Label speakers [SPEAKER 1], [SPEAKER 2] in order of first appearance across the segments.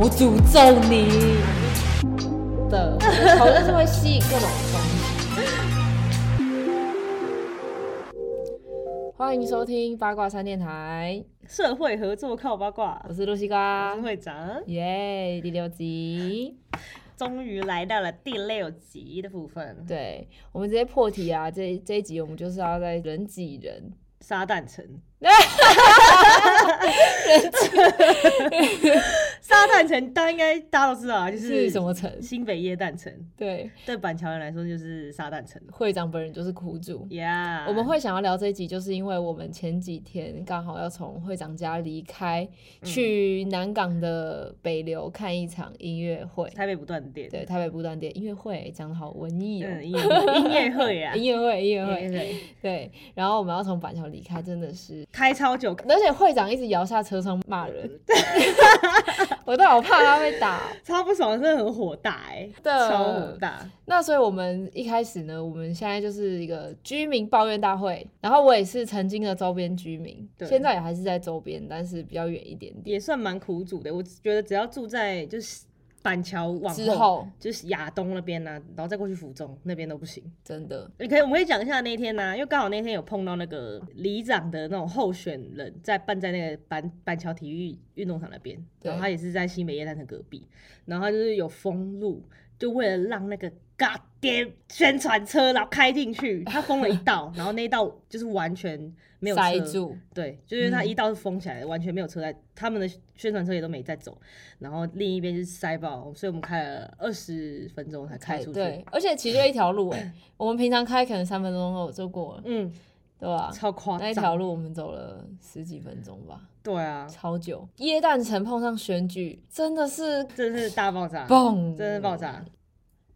[SPEAKER 1] 我诅咒你的，我的头就是会吸引各种东西。欢迎收听八卦三电台，
[SPEAKER 2] 社会合作靠八卦
[SPEAKER 1] 我。是露西瓜
[SPEAKER 2] 陈，会长
[SPEAKER 1] 耶第六集。
[SPEAKER 2] 终于来到了第六集的部分，
[SPEAKER 1] 对我们直接破题啊！这这一集我们就是要在人挤人，
[SPEAKER 2] 撒旦 城，撒旦城大家应该大家都知道啊，就是是
[SPEAKER 1] 什么城？
[SPEAKER 2] 新北夜诞城，
[SPEAKER 1] 对，
[SPEAKER 2] 对板桥人来说就是撒旦城
[SPEAKER 1] 会长本人就是苦主。
[SPEAKER 2] ，Yeah，
[SPEAKER 1] 我们会想要聊这一集，就是因为我们前几天刚好要从会长家离开，
[SPEAKER 2] 嗯
[SPEAKER 1] 去南港的北流看一场音乐会。
[SPEAKER 2] 台北不断电，
[SPEAKER 1] 对，台北不断电音乐会讲的好文艺哦、
[SPEAKER 2] 嗯，音乐音乐会啊，
[SPEAKER 1] 音乐会，音乐
[SPEAKER 2] 音
[SPEAKER 1] 会，
[SPEAKER 2] 乐会
[SPEAKER 1] 对。然后我们要从板桥离开，真的是，
[SPEAKER 2] 开超久，
[SPEAKER 1] 而且会长一直摇下车窗骂 人，我都好怕他被打。哦
[SPEAKER 2] 超不爽，真的很火大哎，
[SPEAKER 1] 的
[SPEAKER 2] 超火大，
[SPEAKER 1] 那所以我们一开始呢，我们现在就是一个居民抱怨大会，然后我也是曾经的周边居民，
[SPEAKER 2] 对
[SPEAKER 1] 现在也还是在周边，但是比较远一点点。
[SPEAKER 2] 也算蛮苦主的。我觉得只要住在就是板桥往
[SPEAKER 1] 之后
[SPEAKER 2] 就是亚东那边呢、啊然后再过去福中那边都不行。
[SPEAKER 1] 真的，
[SPEAKER 2] 你可以，我们可以讲一下那天呢、因为刚好那天有碰到那个里长的那种候选人，在办在那个板板桥体育运动场那边，
[SPEAKER 1] 对
[SPEAKER 2] 然后他也是在新北夜诞城隔壁，然后他就是有封路，就为了让那个 God damn 宣传车然后开进去，他封了一道，然后那一道就是完全没有车
[SPEAKER 1] 塞住，
[SPEAKER 2] 对，就
[SPEAKER 1] 嗯
[SPEAKER 2] 是它一道是封起来的，完全没有车在，他们的宣传车也都没在走，然后另一边就是塞爆，所以我们开了二十分钟才开
[SPEAKER 1] 哎
[SPEAKER 2] 出去
[SPEAKER 1] 对。，而且其实就一条路哎、 我们平常开可能三分钟我就过了，
[SPEAKER 2] 嗯，
[SPEAKER 1] 对吧？
[SPEAKER 2] 超夸
[SPEAKER 1] 那一条
[SPEAKER 2] 张，
[SPEAKER 1] 路我们走了十几分钟吧，
[SPEAKER 2] 对啊，
[SPEAKER 1] 超久。耶诞城碰上选举，真的是
[SPEAKER 2] 真的是大爆炸，
[SPEAKER 1] 嘣，
[SPEAKER 2] 真的是爆炸。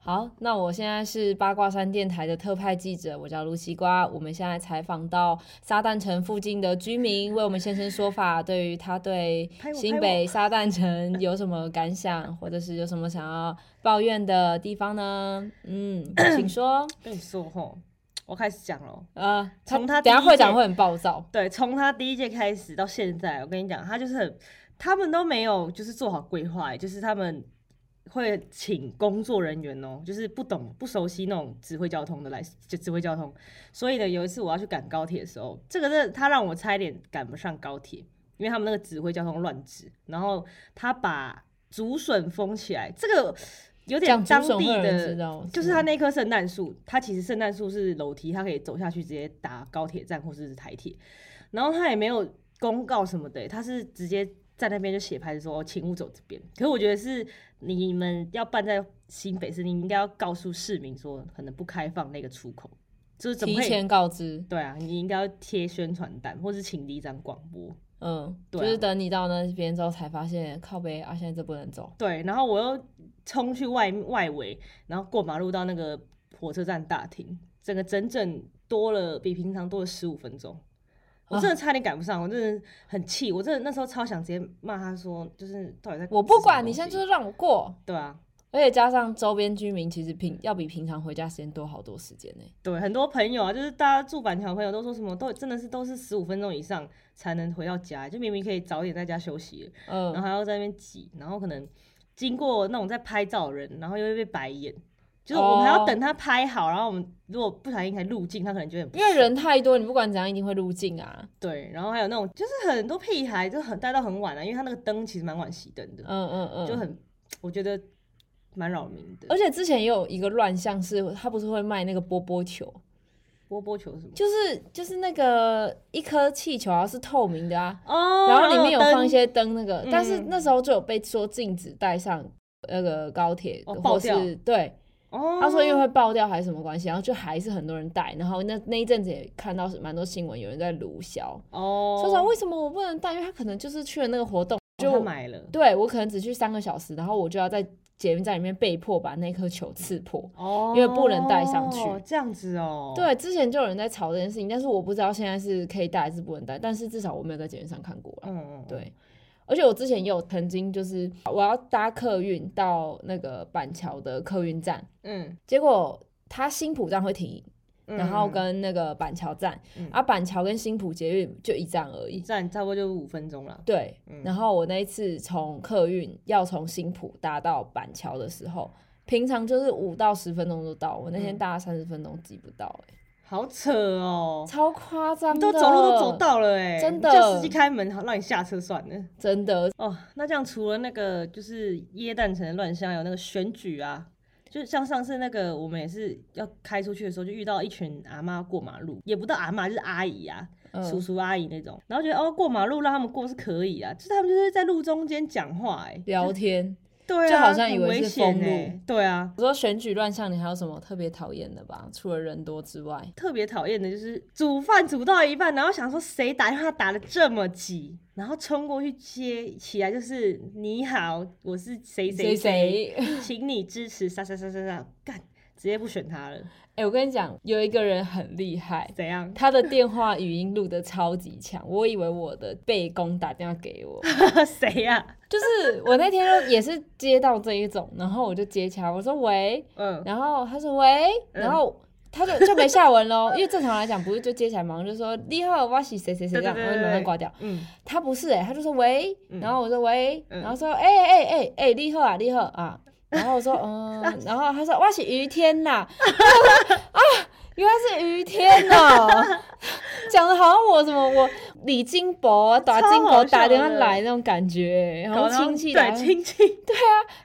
[SPEAKER 1] 好，那我现在是八卦山电台的特派记者，我叫卢西瓜。我们现在采访到沙旦城附近的居民，为我们现身说法，对于他对
[SPEAKER 2] 拍我
[SPEAKER 1] 新
[SPEAKER 2] 拍
[SPEAKER 1] 北
[SPEAKER 2] 我
[SPEAKER 1] 沙旦城有什么感想，或者是有什么想要抱怨的地方呢？嗯，请说。
[SPEAKER 2] 跟你说吼，我开始讲哦喽。
[SPEAKER 1] 呃，他
[SPEAKER 2] 从他
[SPEAKER 1] 等一下
[SPEAKER 2] 第一
[SPEAKER 1] 会长
[SPEAKER 2] 届
[SPEAKER 1] 会很暴躁，
[SPEAKER 2] 对，从他第一届开始到现在，我跟你讲，他就是很，他们都没有就是做好规划，欸就是他们会请工作人员哦、就是不懂不熟悉那种指挥交通的来就指挥交通，所以呢，有一次我要去赶高铁的时候，这个是他让我差一点赶不上高铁，因为他们那个指挥交通乱指，然后他把竹笋封起来，这个有点
[SPEAKER 1] 讲
[SPEAKER 2] 当
[SPEAKER 1] 竹笋
[SPEAKER 2] 地
[SPEAKER 1] 会有人
[SPEAKER 2] 的
[SPEAKER 1] 知道，
[SPEAKER 2] 就是
[SPEAKER 1] 吗
[SPEAKER 2] 它那棵圣诞树，它其实圣诞树是楼梯，它可以走下去直接打高铁站或是台铁，然后它也没有公告什么的、它是直接在那边就写牌子说、哦请勿走这边。可是我觉得是你们要办在新北市，你应该要告诉市民说可能不开放那个出口，就是怎么
[SPEAKER 1] 提
[SPEAKER 2] 会
[SPEAKER 1] 前告知，
[SPEAKER 2] 对啊，你应该要贴宣传单，或是请里长广播。
[SPEAKER 1] 嗯，
[SPEAKER 2] 对
[SPEAKER 1] 就是
[SPEAKER 2] 啊
[SPEAKER 1] 等你到那边之后才发现，靠北啊，现在这不能走，
[SPEAKER 2] 对，然后我又冲去外外围，然后过马路到那个火车站大厅，整个整整多了比平常多了十五分钟。我
[SPEAKER 1] 啊
[SPEAKER 2] 真的差点赶不上，我真的很气，我真的那时候超想直接骂他说，就是到底在
[SPEAKER 1] 我不
[SPEAKER 2] 指什么
[SPEAKER 1] 管，你
[SPEAKER 2] 东
[SPEAKER 1] 现在
[SPEAKER 2] 西
[SPEAKER 1] 就是让我过。
[SPEAKER 2] 对啊，
[SPEAKER 1] 而且加上周边居民，其实
[SPEAKER 2] 嗯
[SPEAKER 1] 平要比平常回家时间多好多时间呢、
[SPEAKER 2] 对，很多朋友啊，就是大家住板桥的朋友都说什么都真的是都是十五分钟以上才能回到家，就明明可以早点在家休息了，然
[SPEAKER 1] 嗯，
[SPEAKER 2] 后还要在那边挤，然后可能经过那种在拍照的人，然后又会被白眼，就是我们还
[SPEAKER 1] 哦
[SPEAKER 2] 要等他拍好，然后我们如果不小心才入镜，他可能觉得很不
[SPEAKER 1] 因为
[SPEAKER 2] 爽
[SPEAKER 1] 人太多，你不管怎样一定会入境啊。
[SPEAKER 2] 对，然后还有那种就是很多屁孩就很待到很晚啊，因为他那个灯其实蛮晚熄灯的，
[SPEAKER 1] 嗯嗯嗯，
[SPEAKER 2] 就。很我觉得蛮扰民的
[SPEAKER 1] 而。且之前也有一个乱象是，他不是会卖那个波波球，
[SPEAKER 2] 波波球是什么？
[SPEAKER 1] 就是就是那个一颗气球，啊，是透明的啊，
[SPEAKER 2] 哦
[SPEAKER 1] 然后里面有放一
[SPEAKER 2] 灯
[SPEAKER 1] 些灯那个，
[SPEAKER 2] 嗯
[SPEAKER 1] 但是那时候就有被说禁止带上那个高铁、
[SPEAKER 2] 哦
[SPEAKER 1] 或
[SPEAKER 2] 爆掉
[SPEAKER 1] 是对，
[SPEAKER 2] 哦，
[SPEAKER 1] 他说因为会爆掉还是什么关系，然后就还是很多人带，然后那那一阵子也看到是蛮多新闻有人在卢销，
[SPEAKER 2] 哦，
[SPEAKER 1] 说实话，为什么我不能带？因为他可能就是去了那个活动，
[SPEAKER 2] 就、
[SPEAKER 1] 就
[SPEAKER 2] 他买了
[SPEAKER 1] 对我可能只去三个小时，然后我就要在捷运站里面被迫把那颗球刺破。
[SPEAKER 2] 哦，
[SPEAKER 1] 因为不能带上去
[SPEAKER 2] 这样子哦。
[SPEAKER 1] 对，之前就有人在吵这件事情，但是我不知道现在是可以带还是不能带，但是至少我没有在捷运上看过了。
[SPEAKER 2] 嗯，嗯嗯，
[SPEAKER 1] 对，而且我之前也有曾经就是我要搭客运到那个板桥的客运站，
[SPEAKER 2] 嗯
[SPEAKER 1] 结果它新浦站会停，然后跟那个板桥站，
[SPEAKER 2] 嗯
[SPEAKER 1] 啊，板桥跟新浦捷运就一站而已。
[SPEAKER 2] 站差不多就五分钟了。
[SPEAKER 1] 对，
[SPEAKER 2] 嗯
[SPEAKER 1] 然后我那一次从客运要从新浦搭到板桥的时候，平常就是五到十分钟就到，我那天
[SPEAKER 2] 嗯
[SPEAKER 1] 搭三十分钟挤不到、欸，
[SPEAKER 2] 好扯哦、
[SPEAKER 1] 超夸张
[SPEAKER 2] 你
[SPEAKER 1] 的，
[SPEAKER 2] 都走路都走，到了哎、
[SPEAKER 1] 真的
[SPEAKER 2] 你叫司机开门，好让你下车算了。
[SPEAKER 1] 真的
[SPEAKER 2] 哦，那这样除了那个就是椰蛋城的乱象，还有那个选举啊，就像上次那个我们也是要开出去的时候，就遇到一群阿妈过马路，也不到阿妈就是阿姨啊，
[SPEAKER 1] 嗯
[SPEAKER 2] 叔叔阿姨那种，然后觉得哦过马路让他们过是可以啊，就是他们就是在路中间讲话哎、
[SPEAKER 1] 聊天。
[SPEAKER 2] 对啊，
[SPEAKER 1] 就好像
[SPEAKER 2] 很
[SPEAKER 1] 以为
[SPEAKER 2] 危
[SPEAKER 1] 是
[SPEAKER 2] 险
[SPEAKER 1] 封路
[SPEAKER 2] 欸对啊。
[SPEAKER 1] 我说选举乱象，你还有什么特别讨厌的吧？除了人多之外，
[SPEAKER 2] 特别讨厌的就是煮饭煮到一半，然后想说谁打电话打的这么急，然后冲过去接起来就是你好，我是谁谁谁，
[SPEAKER 1] 谁？
[SPEAKER 2] 请你支持啥啥啥啥啥，干，直接不选他了，
[SPEAKER 1] 哎、我跟你讲，有一个人很厉害，
[SPEAKER 2] 怎样？
[SPEAKER 1] 他的电话语音录的超级强，我以为我的背公打电话给我，
[SPEAKER 2] 谁呀、
[SPEAKER 1] 就是我那天就也是接到这一种，然后我就接起来，我说喂，
[SPEAKER 2] 嗯，
[SPEAKER 1] 然后他说喂，
[SPEAKER 2] 嗯
[SPEAKER 1] 然后他就就没下文喽，因为正常来讲不是就接起来马上就说你好，我是谁谁谁
[SPEAKER 2] 对
[SPEAKER 1] 这样，
[SPEAKER 2] 对
[SPEAKER 1] 然后
[SPEAKER 2] 对
[SPEAKER 1] 就马
[SPEAKER 2] 对，
[SPEAKER 1] 上挂掉。
[SPEAKER 2] 嗯，
[SPEAKER 1] 他不是哎、他就说喂，
[SPEAKER 2] 嗯
[SPEAKER 1] 然后我说喂，
[SPEAKER 2] 嗯
[SPEAKER 1] 然后说哎哎哎哎厉害啊厉害啊，然后我说 嗯，然后他说我是于天呐， 我说啊原来是于天哦、讲的好像我什么我李金博打
[SPEAKER 2] 超
[SPEAKER 1] 金
[SPEAKER 2] 好
[SPEAKER 1] 博
[SPEAKER 2] 笑
[SPEAKER 1] 打电话
[SPEAKER 2] 的
[SPEAKER 1] 来那种感觉、然后
[SPEAKER 2] 搞到
[SPEAKER 1] 亲戚打
[SPEAKER 2] 对
[SPEAKER 1] 电话
[SPEAKER 2] 亲戚，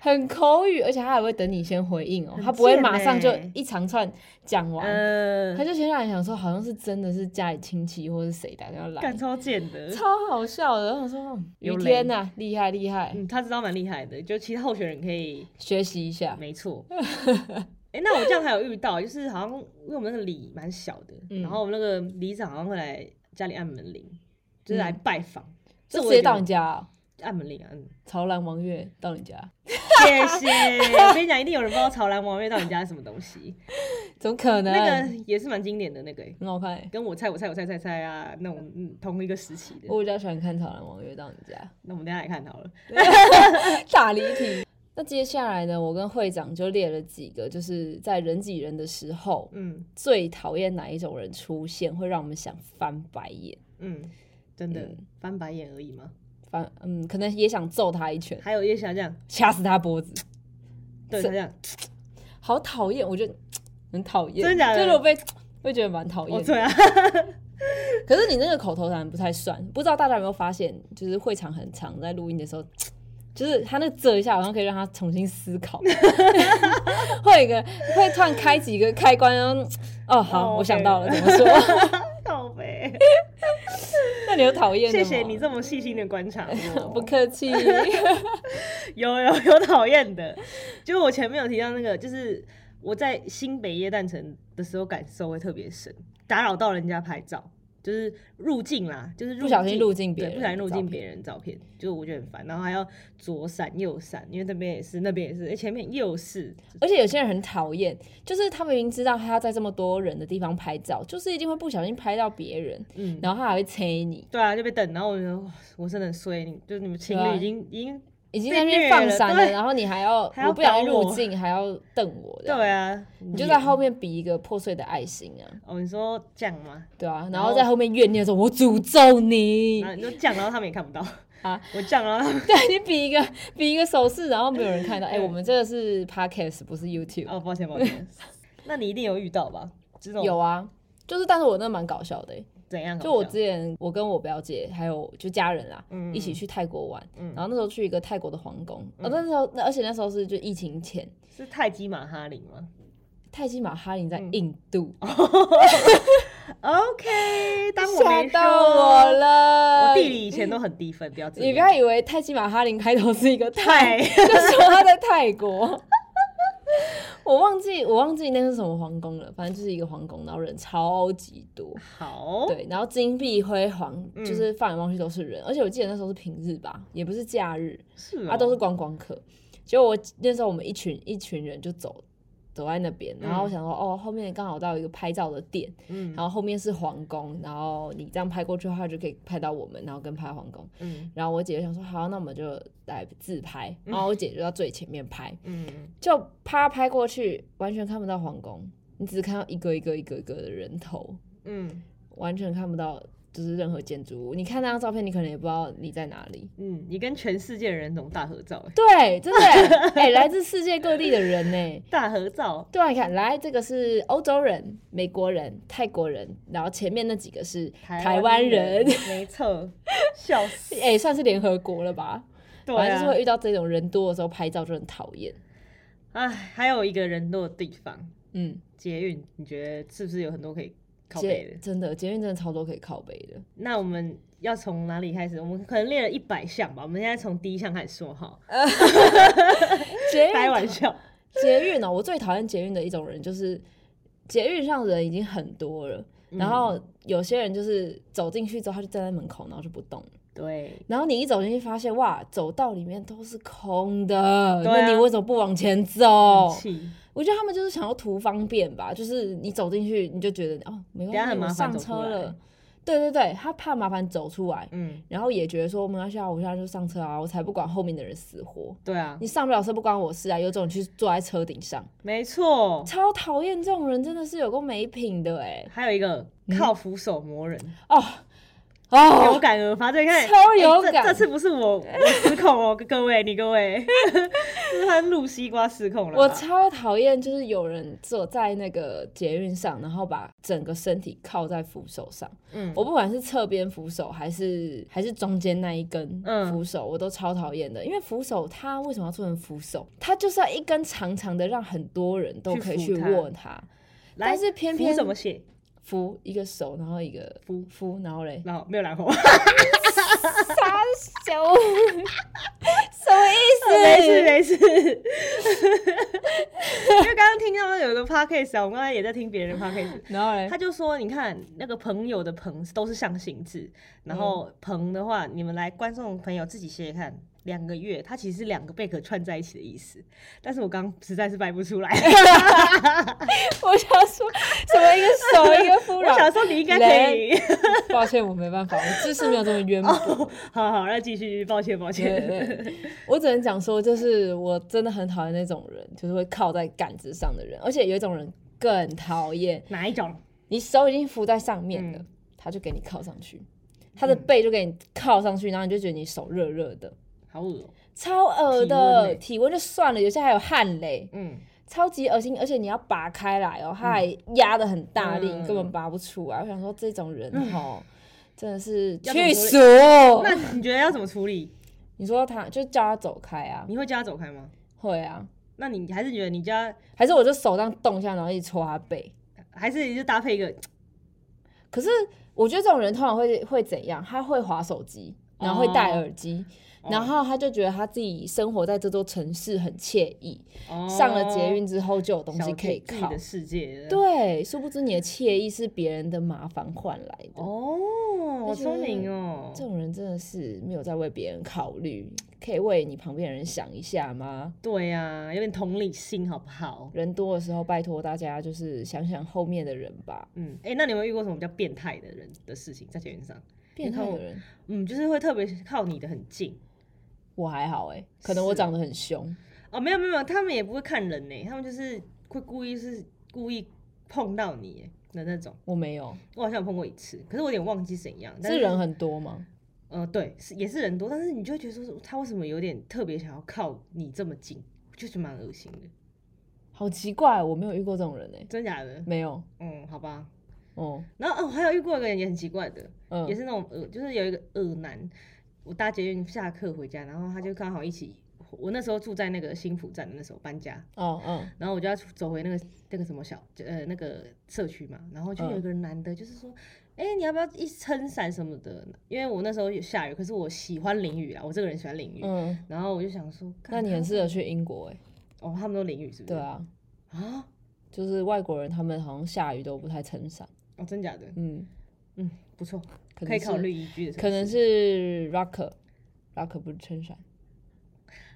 [SPEAKER 1] 很口语，而且他还会等你先回应哦、
[SPEAKER 2] 很
[SPEAKER 1] 他不会
[SPEAKER 2] 贱
[SPEAKER 1] 马上就
[SPEAKER 2] 欸
[SPEAKER 1] 一长串讲完，
[SPEAKER 2] 嗯
[SPEAKER 1] 他，就先让你想说好像是真的是家里亲戚或是谁打电话来
[SPEAKER 2] 干，超贱 的，
[SPEAKER 1] 超好笑的。我想说，嗯
[SPEAKER 2] 有
[SPEAKER 1] 雨
[SPEAKER 2] 雷
[SPEAKER 1] 天呐、厉害厉害，
[SPEAKER 2] 嗯，他知道蛮厉害的，就其他候选人可以，
[SPEAKER 1] 学习一下。
[SPEAKER 2] 没错。 哎、那我这样还有遇到，就是好像因为我们那个里蛮小的，
[SPEAKER 1] 嗯
[SPEAKER 2] 然后我们那个里长好像会来家里按门铃，就是
[SPEAKER 1] 嗯
[SPEAKER 2] 来拜访，
[SPEAKER 1] 就
[SPEAKER 2] 这
[SPEAKER 1] 直
[SPEAKER 2] 我也
[SPEAKER 1] 接
[SPEAKER 2] 觉
[SPEAKER 1] 到
[SPEAKER 2] 得
[SPEAKER 1] 你家哦、
[SPEAKER 2] 按门铃啊，嗯，
[SPEAKER 1] 潮蓝王月到你家，
[SPEAKER 2] 谢谢。我跟你讲，一定有人不知道潮蓝王月到你家是什么东 西，
[SPEAKER 1] 怎么可能？
[SPEAKER 2] 那个也是蛮经典的那个、欸，
[SPEAKER 1] 很好看、欸。
[SPEAKER 2] 跟我猜我猜我猜猜猜啊那种嗯同一个时期的。
[SPEAKER 1] 我比较喜欢看《潮蓝王月到你家
[SPEAKER 2] 那我们等一下来看好了。》
[SPEAKER 1] 大离题。那接下来呢，我跟会长就列了几个，就是在人挤人的时候，
[SPEAKER 2] 嗯
[SPEAKER 1] 最讨厌哪一种人出现，会让我们想翻白眼。
[SPEAKER 2] 嗯，真的、
[SPEAKER 1] 嗯
[SPEAKER 2] 翻白眼而已吗？
[SPEAKER 1] 反嗯，可能也想揍他一拳，
[SPEAKER 2] 还有叶霞这样，
[SPEAKER 1] 掐死他脖子，
[SPEAKER 2] 对
[SPEAKER 1] 是
[SPEAKER 2] 他这样，
[SPEAKER 1] 好讨厌，我觉得很讨厌，
[SPEAKER 2] 真的假的
[SPEAKER 1] 就是我被会觉得蛮讨
[SPEAKER 2] 哦
[SPEAKER 1] 厌。
[SPEAKER 2] 对啊，
[SPEAKER 1] 可是你那个口头禅不太算，不知道大家有没有发现，就是会场很长，在录音的时候。就是他那这一下，好像可以让他重新思考， 会有一个会突然开几个开关，然后哦，好
[SPEAKER 2] 哦
[SPEAKER 1] 我想
[SPEAKER 2] OK
[SPEAKER 1] 到了，怎么说？
[SPEAKER 2] 靠呗。
[SPEAKER 1] 那你有讨厌的
[SPEAKER 2] 谢
[SPEAKER 1] 吗？
[SPEAKER 2] 谢你这么细心的 观察我，
[SPEAKER 1] 不客 气。
[SPEAKER 2] 有有有讨厌的，就是我前面有提到那个，就是我在新北耶诞城的时候感受会特别深，打扰到人家拍照，就是入境啦，就是入
[SPEAKER 1] 不小心
[SPEAKER 2] 境
[SPEAKER 1] 入境别
[SPEAKER 2] 对，
[SPEAKER 1] 人
[SPEAKER 2] 不小心入
[SPEAKER 1] 的照
[SPEAKER 2] 境
[SPEAKER 1] 片
[SPEAKER 2] 别人的照片，就是我觉得很烦，然后还要左闪右闪，因为那边也是，那边也是，诶哎前面又是，
[SPEAKER 1] 而且有些人很讨厌，就是他明明知道他要在这么多人的地方拍照，就是一定会不小心拍到别人，
[SPEAKER 2] 嗯，
[SPEAKER 1] 然后他还会催你，
[SPEAKER 2] 对啊，就被等，然后我就说哇我真的很衰，你就是你们情
[SPEAKER 1] 对啊
[SPEAKER 2] 侣已经、已经
[SPEAKER 1] 已经在那边放闪了，
[SPEAKER 2] 被虐了对
[SPEAKER 1] 然后你还要
[SPEAKER 2] 还要
[SPEAKER 1] 我不小心
[SPEAKER 2] 搞我
[SPEAKER 1] 入境还要瞪我，
[SPEAKER 2] 对
[SPEAKER 1] 啊，
[SPEAKER 2] 啊，你
[SPEAKER 1] 你就在后面比一个破碎的爱心啊，
[SPEAKER 2] 哦，你说这样吗？
[SPEAKER 1] 对啊，然
[SPEAKER 2] 然
[SPEAKER 1] 后
[SPEAKER 2] 后
[SPEAKER 1] 在后面怨念说：“我诅咒你
[SPEAKER 2] 啊然后你就降，然后他们也看不到
[SPEAKER 1] 啊！
[SPEAKER 2] 我降，然后他们”
[SPEAKER 1] 对你比一个比一个手势，然后没有人看到。哎、
[SPEAKER 2] 对
[SPEAKER 1] 我们这个是 podcast 不是 YouTube，、
[SPEAKER 2] 哦，抱歉抱歉， 那你一定有遇到吧？这种
[SPEAKER 1] 有啊，就是但是我那蛮搞笑的欸、
[SPEAKER 2] 怎样搞笑？
[SPEAKER 1] 就我之前，我跟我表姐还有就家人啦，
[SPEAKER 2] 嗯
[SPEAKER 1] 一起去泰国玩，
[SPEAKER 2] 嗯
[SPEAKER 1] 然后那时候去一个泰国的皇宫，哦，那时候那而且那时候是就疫情前，
[SPEAKER 2] 是泰姬玛哈林吗
[SPEAKER 1] 泰姬玛哈林
[SPEAKER 2] 嗯
[SPEAKER 1] 在印度，
[SPEAKER 2] ？OK，当我
[SPEAKER 1] 吓
[SPEAKER 2] 哦没说
[SPEAKER 1] 到我了，
[SPEAKER 2] 我地。理以前都很低分，不要这
[SPEAKER 1] 你不
[SPEAKER 2] 样。
[SPEAKER 1] 要以为泰姬玛哈林开头是一个泰，
[SPEAKER 2] 泰
[SPEAKER 1] 就说他在泰国。 我忘记我忘记那是什么皇宫了，反正就是一个皇宫，然后人超级多，
[SPEAKER 2] 好，
[SPEAKER 1] 对，然后金碧辉煌，
[SPEAKER 2] 嗯
[SPEAKER 1] 就是放眼望去都是人，而且我记得那时候是平日吧，也不是假日，
[SPEAKER 2] 是哦
[SPEAKER 1] 啊，都是观光客。结果我那时候我们一群一群人就走走在那边，然后我想说，哦，后面刚好到一个拍照的店，
[SPEAKER 2] 嗯
[SPEAKER 1] 然后后面是皇宫，然后你这样拍过去的话就可以拍到我们，然后跟拍皇宫。
[SPEAKER 2] 嗯
[SPEAKER 1] 然后我姐就想说，好，那我们就来自拍，然后我姐就到最前面拍，
[SPEAKER 2] 嗯，
[SPEAKER 1] 就啪拍过去，完全看不到皇宫，你只看到一个一个一个一个的人头，
[SPEAKER 2] 嗯
[SPEAKER 1] 完全看不到就是任何建筑物。你看那张照片，你可能也不知道你在哪里。
[SPEAKER 2] 嗯，你跟全世界的人种大合照、欸，
[SPEAKER 1] 对，真的欸，哎、来自世界各地的人呢、
[SPEAKER 2] 大合照，
[SPEAKER 1] 对啊，你看，来这个是欧洲人、美国人、泰国人，然后前面那几个是台湾人，
[SPEAKER 2] 没错，笑死，
[SPEAKER 1] 哎、算是联合国了吧？
[SPEAKER 2] 对
[SPEAKER 1] 反正就是
[SPEAKER 2] 啊
[SPEAKER 1] 会，遇到这种人多的时候拍照就很讨厌。
[SPEAKER 2] 哎，还有一个人多的地方，
[SPEAKER 1] 嗯，
[SPEAKER 2] 捷运，你觉得是不是有很多可以靠背
[SPEAKER 1] 捷
[SPEAKER 2] 的？
[SPEAKER 1] 真的捷运真的超多可以靠背的。
[SPEAKER 2] 那我们要从哪里开始？我们可能列了一百项吧，我们现在从第一项开始说哈，
[SPEAKER 1] 哎捷运
[SPEAKER 2] 开玩笑，
[SPEAKER 1] 捷运哦，我最讨厌捷运的一种人就是捷运上人已经很多了，
[SPEAKER 2] 嗯
[SPEAKER 1] 然后有些人就是走进去之后他就站在门口，然后就不动了。
[SPEAKER 2] 对，
[SPEAKER 1] 然后你一走进去发现哇，走道里面都是空的，
[SPEAKER 2] 对啊
[SPEAKER 1] 那你为什么不往前走？
[SPEAKER 2] 很气
[SPEAKER 1] 我觉得他们就是想要图方便吧，就是你走进去你就觉得哦没
[SPEAKER 2] 等一
[SPEAKER 1] 关
[SPEAKER 2] 下
[SPEAKER 1] 系，
[SPEAKER 2] 很麻
[SPEAKER 1] 我
[SPEAKER 2] 烦
[SPEAKER 1] 上
[SPEAKER 2] 走出
[SPEAKER 1] 车
[SPEAKER 2] 来
[SPEAKER 1] 了。对对对，他怕麻烦走出来，
[SPEAKER 2] 嗯，
[SPEAKER 1] 然后也觉得说没关系啊，我现在就上车啊，我才不管后面的人死活。
[SPEAKER 2] 对啊，
[SPEAKER 1] 你上不了车不关我事啊，有种你去坐在车顶上，
[SPEAKER 2] 没错，
[SPEAKER 1] 超讨厌这种人，真的是有够没品的哎、
[SPEAKER 2] 还有一个靠扶手磨人，
[SPEAKER 1] 哦
[SPEAKER 2] 有
[SPEAKER 1] 哦，
[SPEAKER 2] 感而发。对，你看，
[SPEAKER 1] 超
[SPEAKER 2] 哎
[SPEAKER 1] 有
[SPEAKER 2] 这
[SPEAKER 1] 感
[SPEAKER 2] 这次不是我我失控哦，各位你各 位，是他录西瓜失控了。
[SPEAKER 1] 我，超讨厌就是有人坐在那个捷运上，然后把整个身体靠在扶手上。
[SPEAKER 2] 嗯，
[SPEAKER 1] 我不管是侧边扶手还是还是中间那一根
[SPEAKER 2] 嗯
[SPEAKER 1] 扶手，我都超讨厌的。因为扶手它为什么要做成扶手？它就是要一根长长的，让很多人都可以去
[SPEAKER 2] 去扶它
[SPEAKER 1] 握它。
[SPEAKER 2] 来
[SPEAKER 1] 但是偏
[SPEAKER 2] 扶
[SPEAKER 1] 偏
[SPEAKER 2] 怎么写？
[SPEAKER 1] 扶一个手，然后一个
[SPEAKER 2] 扶
[SPEAKER 1] 扶，然后嘞，
[SPEAKER 2] 然后哦没有然后，
[SPEAKER 1] 傻小，什么意
[SPEAKER 2] 没
[SPEAKER 1] 思？
[SPEAKER 2] 事没事。因为刚刚听到有一个 podcast 啊，我们刚才也在听别人的 podcast，
[SPEAKER 1] 然后嘞
[SPEAKER 2] 他，就说，你看那个朋友的朋都是象形字，然
[SPEAKER 1] 嗯
[SPEAKER 2] 后朋的话，你们来观众朋友自己写写看。两个月，它其实是两个贝壳串在一起的意思，但是我刚实在是掰不出 来。
[SPEAKER 1] 哎我想说什么一个手一个扶，
[SPEAKER 2] 我
[SPEAKER 1] 然后
[SPEAKER 2] 想说你应该可以，
[SPEAKER 1] 抱歉，我没办法，我知识没有这么渊 博。
[SPEAKER 2] 好好，那继续，抱歉抱
[SPEAKER 1] 对
[SPEAKER 2] 歉。
[SPEAKER 1] 对对，我只能讲说，就是我真的很讨厌那种人，就是会靠在杆子上的人，而且有一种人更讨厌，
[SPEAKER 2] 哪一种？
[SPEAKER 1] 你手已经扶在上面了，
[SPEAKER 2] 嗯
[SPEAKER 1] 他就给你靠上去，他的背就给你靠上去，然后你就觉得你手热热的，
[SPEAKER 2] 好恶哦、
[SPEAKER 1] 超恶
[SPEAKER 2] 体温
[SPEAKER 1] 的，
[SPEAKER 2] 嘞
[SPEAKER 1] 体温就欸算了，有些还有汗嘞，
[SPEAKER 2] 嗯，
[SPEAKER 1] 超级恶心，而且你要拔开来哦，他还压得很大力，
[SPEAKER 2] 嗯
[SPEAKER 1] 你根本拔不出来。我想说这种人哦，真的是
[SPEAKER 2] 要怎么
[SPEAKER 1] 去
[SPEAKER 2] 处
[SPEAKER 1] 死！ 哦
[SPEAKER 2] 那你觉得要怎么处理？
[SPEAKER 1] 你说他就叫他走开啊，
[SPEAKER 2] 你会叫他走开吗？
[SPEAKER 1] 会啊，
[SPEAKER 2] 那你还是觉得你家
[SPEAKER 1] 还是我就手这样动一下，然后一直戳他背。
[SPEAKER 2] 还是你就搭配一个
[SPEAKER 1] 可是我觉得这种人通常会会怎样？他会划手机，然后会戴耳机，
[SPEAKER 2] 哦
[SPEAKER 1] 然后他就觉得他自己生活在这座城市很惬意，
[SPEAKER 2] 哦
[SPEAKER 1] 上了捷运之后就有东
[SPEAKER 2] 小
[SPEAKER 1] 西可以
[SPEAKER 2] 自己
[SPEAKER 1] 靠
[SPEAKER 2] 的。世界了？
[SPEAKER 1] 对，殊不知你的惬意是别人的麻烦换来的。
[SPEAKER 2] 哦，好聪明哦
[SPEAKER 1] 这。种人真的是没有在为别人考虑，可以为你旁边的人想一下吗？
[SPEAKER 2] 对呀、啊，有点同理心好不好？
[SPEAKER 1] 人多的时候，拜托大家就是想想后面的人吧。
[SPEAKER 2] 嗯，哎、那你有没有遇过什么比较变态的人的事情在捷运上？
[SPEAKER 1] 变态
[SPEAKER 2] 看
[SPEAKER 1] 的
[SPEAKER 2] 我
[SPEAKER 1] 人，
[SPEAKER 2] 嗯，就是会特别靠你的很近。
[SPEAKER 1] 我还好哎、可能我长得很凶，
[SPEAKER 2] 哦，没有没有没有，他们也不会看人呢，他们就是会故意是故意碰到你耶的那种。
[SPEAKER 1] 我没有。
[SPEAKER 2] 我好像有碰过一次，可是我有点忘记怎样。但
[SPEAKER 1] 是人，很多吗？
[SPEAKER 2] 呃，对，是也是人多，但是你就会觉得说他为什么有点特别想要靠你这么近，就是蛮恶心的，
[SPEAKER 1] 好奇怪，我没有遇过这种人哎、
[SPEAKER 2] 真假的？
[SPEAKER 1] 没有。
[SPEAKER 2] 嗯，好吧。
[SPEAKER 1] 哦，
[SPEAKER 2] 然后哦，还有遇过一个人也很奇怪的，
[SPEAKER 1] 嗯，
[SPEAKER 2] 也是那种呃，就是有一个恶男，我搭捷运下课回家，然后他就刚好一起，我那时候住在那个新浦站的，那时候搬家，
[SPEAKER 1] 哦，嗯，
[SPEAKER 2] 然后我就要出走回那个那个什么小呃那个社区嘛，然后就
[SPEAKER 1] 嗯
[SPEAKER 2] 有一个男的，就是说，哎、你要不要一起撑伞什么的？因为我那时候有下雨，可是我喜欢淋雨啊，我这个人喜欢淋雨。
[SPEAKER 1] 嗯，
[SPEAKER 2] 然后我就想说，
[SPEAKER 1] 那
[SPEAKER 2] 干
[SPEAKER 1] 你很
[SPEAKER 2] 他
[SPEAKER 1] 适合去英国哎、
[SPEAKER 2] 哦，他们都淋雨是不是？
[SPEAKER 1] 对啊，
[SPEAKER 2] 啊，
[SPEAKER 1] 就是外国人他们好像下雨都不太撑伞。
[SPEAKER 2] 哦，真假的，
[SPEAKER 1] 嗯，
[SPEAKER 2] 嗯，不错，
[SPEAKER 1] 可能
[SPEAKER 2] 可以
[SPEAKER 1] 是
[SPEAKER 2] 考虑宜居的城市。
[SPEAKER 1] 可能是 rocker。rocker 不是撑伞，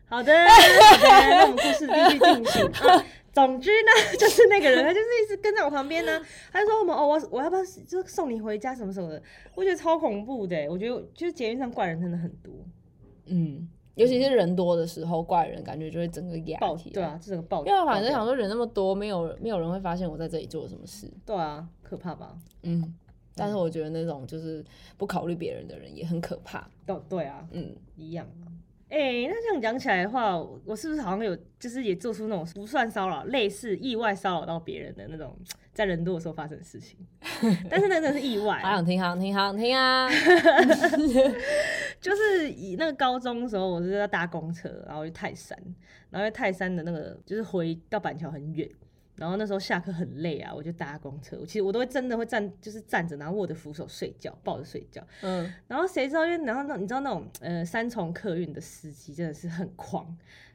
[SPEAKER 2] 好 的，好的，那我们故事继续进行。啊总之呢， 就是那个人，他就是一直跟在我旁边呢、他就说我们哦，我我要不要就送你回欸家什么什么的，我觉得超恐怖的。我觉得就是捷运上怪人真的很多，
[SPEAKER 1] 嗯，尤其是人多的时候，怪人感觉就会整个压
[SPEAKER 2] 爆
[SPEAKER 1] 起来。
[SPEAKER 2] 对啊，，这整个爆，
[SPEAKER 1] 因为反正
[SPEAKER 2] 爆掉
[SPEAKER 1] 想说人那么多，没有没有人会发现我在这里做了什么事。
[SPEAKER 2] 对啊，可怕吧？
[SPEAKER 1] 嗯，但是我觉得那种就是不考虑别人的人也很可怕。
[SPEAKER 2] 对对啊，
[SPEAKER 1] 嗯，
[SPEAKER 2] 一样啊。哎、那这样讲起来的话，我我是不是好像有就是也做出那种不算骚扰，类似意外骚扰到别人的那种，在人多的时候发生的 事情？但是那真的是意外
[SPEAKER 1] 好
[SPEAKER 2] 啊、
[SPEAKER 1] 想听，好想听，好想听 啊！
[SPEAKER 2] 就是以那个高中的时候，我是在搭公车，然后去泰山，然后去泰山的那个就是回到板桥很远，然后那时候下课很累啊，我就搭公车，我其实我都会真的会站，就是站着，然后握着扶手睡觉，抱着睡觉，
[SPEAKER 1] 嗯，
[SPEAKER 2] 然后谁知道，因为然后那你知道那种呃三重客运的司机真的是很狂，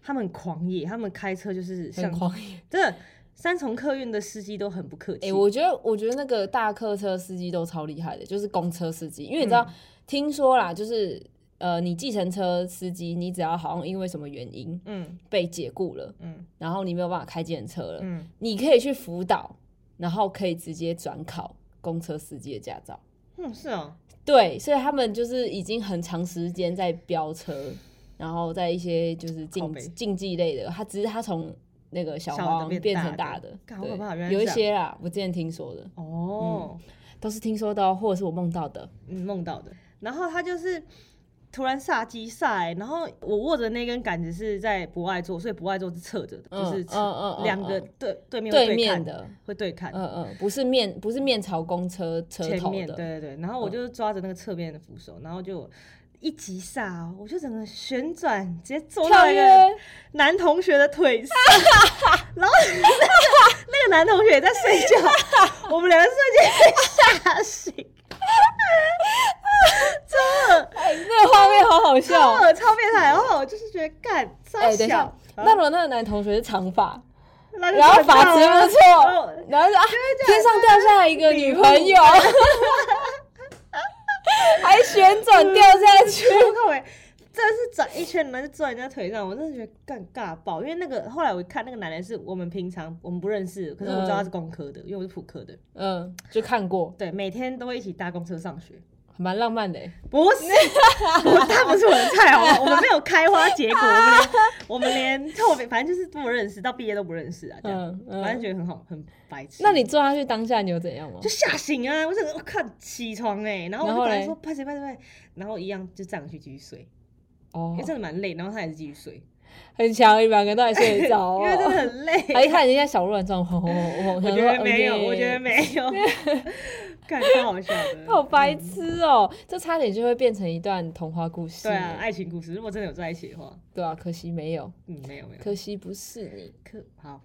[SPEAKER 2] 他们很狂野，他们开车就是
[SPEAKER 1] 很
[SPEAKER 2] 像
[SPEAKER 1] 狂野。
[SPEAKER 2] 真的三重客运的司机都很不客气。
[SPEAKER 1] 哎、我觉得，我觉得那个大客车司机都超厉害的，就是公车司机，因为你知
[SPEAKER 2] 嗯
[SPEAKER 1] 道，听说啦，就是呃，你计程车司机，你只要好像因为什么原因
[SPEAKER 2] 嗯
[SPEAKER 1] 被解雇了，
[SPEAKER 2] 嗯
[SPEAKER 1] 然后你没有办法开计程车了，
[SPEAKER 2] 嗯，
[SPEAKER 1] 你可以去辅导，然后可以直接转考公车司机的驾照。
[SPEAKER 2] 嗯是哦，
[SPEAKER 1] 对，所以他们就是已经很长时间在飙车，然后在一些就是
[SPEAKER 2] 靠
[SPEAKER 1] 竞
[SPEAKER 2] 北
[SPEAKER 1] 竞技类的，他只是他从那个小
[SPEAKER 2] 小的
[SPEAKER 1] 黄
[SPEAKER 2] 变
[SPEAKER 1] 变
[SPEAKER 2] 大
[SPEAKER 1] 成
[SPEAKER 2] 的
[SPEAKER 1] 大的，
[SPEAKER 2] 干好
[SPEAKER 1] 对
[SPEAKER 2] 可怕原来
[SPEAKER 1] 有一
[SPEAKER 2] 是这
[SPEAKER 1] 些啦，我之前听说的。
[SPEAKER 2] 哦，
[SPEAKER 1] 都是听说的哦，或者是我梦到的。
[SPEAKER 2] 嗯梦到的。然后他就是突然煞机煞来，然后我握着那根杆子是在不爱座，所以不爱座是侧着的，
[SPEAKER 1] 嗯
[SPEAKER 2] 就是
[SPEAKER 1] 嗯嗯嗯
[SPEAKER 2] 两个
[SPEAKER 1] 嗯
[SPEAKER 2] 对对面会
[SPEAKER 1] 对
[SPEAKER 2] 对
[SPEAKER 1] 面
[SPEAKER 2] 看，
[SPEAKER 1] 的，
[SPEAKER 2] 会对看。
[SPEAKER 1] 嗯嗯，不是面，不是面朝公车车
[SPEAKER 2] 哎前
[SPEAKER 1] 头
[SPEAKER 2] 面，
[SPEAKER 1] 的，
[SPEAKER 2] 对对对，然后
[SPEAKER 1] 嗯
[SPEAKER 2] 我就抓着那个侧边的扶手，然后就一急刹哦，我就整个旋转，直接坐
[SPEAKER 1] 跳
[SPEAKER 2] 到一
[SPEAKER 1] 跃
[SPEAKER 2] 个，男同学的腿上， 然后 那个男同学也在睡觉，我们两个瞬间被吓醒，
[SPEAKER 1] 哎， 那个画面好好笑。
[SPEAKER 2] 哦，超变态，然后我就是觉得干超
[SPEAKER 1] 哎，等一下
[SPEAKER 2] 小，，
[SPEAKER 1] 那如果那个男同学是长发，
[SPEAKER 2] 然后
[SPEAKER 1] 然后发质
[SPEAKER 2] 啊
[SPEAKER 1] 不错，
[SPEAKER 2] 错，
[SPEAKER 1] 然后就啊，天上掉下来一个女朋友，还旋转
[SPEAKER 2] 嗯
[SPEAKER 1] 掉下 去，
[SPEAKER 2] 我靠喂！真的是转一圈，然后就坐在人家腿上，我真的觉得干尬爆。因为那个后来我一看，那个男人是我们平常我们不认识，可是我知道他是工科的，因为我是普科的，
[SPEAKER 1] 嗯，就看过，
[SPEAKER 2] 对，每天都会一起搭公车上学。
[SPEAKER 1] 蛮浪漫的欸。
[SPEAKER 2] 不是，我他不是我的菜，好不好？我们没有开花结果，我们连我们连后面反正就是不认识，到毕业都不认识啊，这样，
[SPEAKER 1] 嗯
[SPEAKER 2] 反正
[SPEAKER 1] 嗯，
[SPEAKER 2] 觉得很好，很白痴。
[SPEAKER 1] 那你坐下去当下你有怎样吗
[SPEAKER 2] 就？吓醒啊！我整个我靠起床哎、然后我
[SPEAKER 1] 然
[SPEAKER 2] 就
[SPEAKER 1] 后
[SPEAKER 2] 本来
[SPEAKER 1] 嘞
[SPEAKER 2] 说拍谁拍谁拍谁，然后一样就站上去继续睡，
[SPEAKER 1] 哦
[SPEAKER 2] 因为，真的蛮累，然后他也是继续睡。
[SPEAKER 1] 很强，欸你们两个都还睡得着哦，
[SPEAKER 2] 因为真的很
[SPEAKER 1] 还一
[SPEAKER 2] 累。
[SPEAKER 1] 看人家小鹿乱撞，轰轰轰轰！
[SPEAKER 2] 我
[SPEAKER 1] 想
[SPEAKER 2] 觉
[SPEAKER 1] 说
[SPEAKER 2] 得没有，我觉得。
[SPEAKER 1] 嗯
[SPEAKER 2] 没 有，感觉好笑的。
[SPEAKER 1] 好白痴哦、这差点就会变成一段童话故事。欸
[SPEAKER 2] 对啊，，爱情故事，如果真的有在一起的话，
[SPEAKER 1] 对啊，可惜没有，
[SPEAKER 2] 嗯，没有没有。
[SPEAKER 1] 可惜不是你。
[SPEAKER 2] 可好，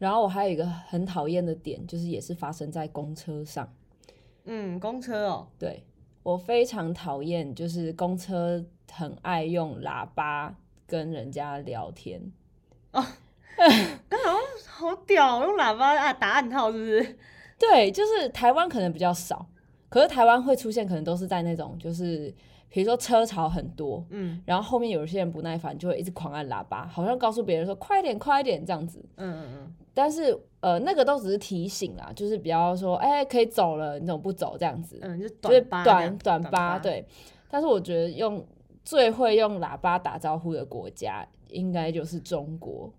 [SPEAKER 1] 然后我还有一个很讨厌的点，就是也是发生在公车上。
[SPEAKER 2] 嗯，公车哦，
[SPEAKER 1] 对我非常讨厌，就是公车很爱用喇叭跟人家聊天。
[SPEAKER 2] 刚好像好屌，用喇叭啊打暗号是不是？
[SPEAKER 1] 对，就是台湾可能比较少，可是台湾会出现，可能都是在那种就是比如说车潮很多，
[SPEAKER 2] 嗯
[SPEAKER 1] 然后后面有些人不耐烦，就会一直狂按喇叭，好像告诉别人说快点快点这样子。
[SPEAKER 2] 嗯嗯
[SPEAKER 1] 但是呃，那个都只是提醒啦，就是比较说，哎、可以走了，你怎么不走这样子
[SPEAKER 2] 嗯，？嗯，就
[SPEAKER 1] 就是
[SPEAKER 2] 短八这
[SPEAKER 1] 短
[SPEAKER 2] 样
[SPEAKER 1] 短
[SPEAKER 2] 八
[SPEAKER 1] 巴，对。但是我觉得用最会用喇叭打招呼的国家，应该就是中国。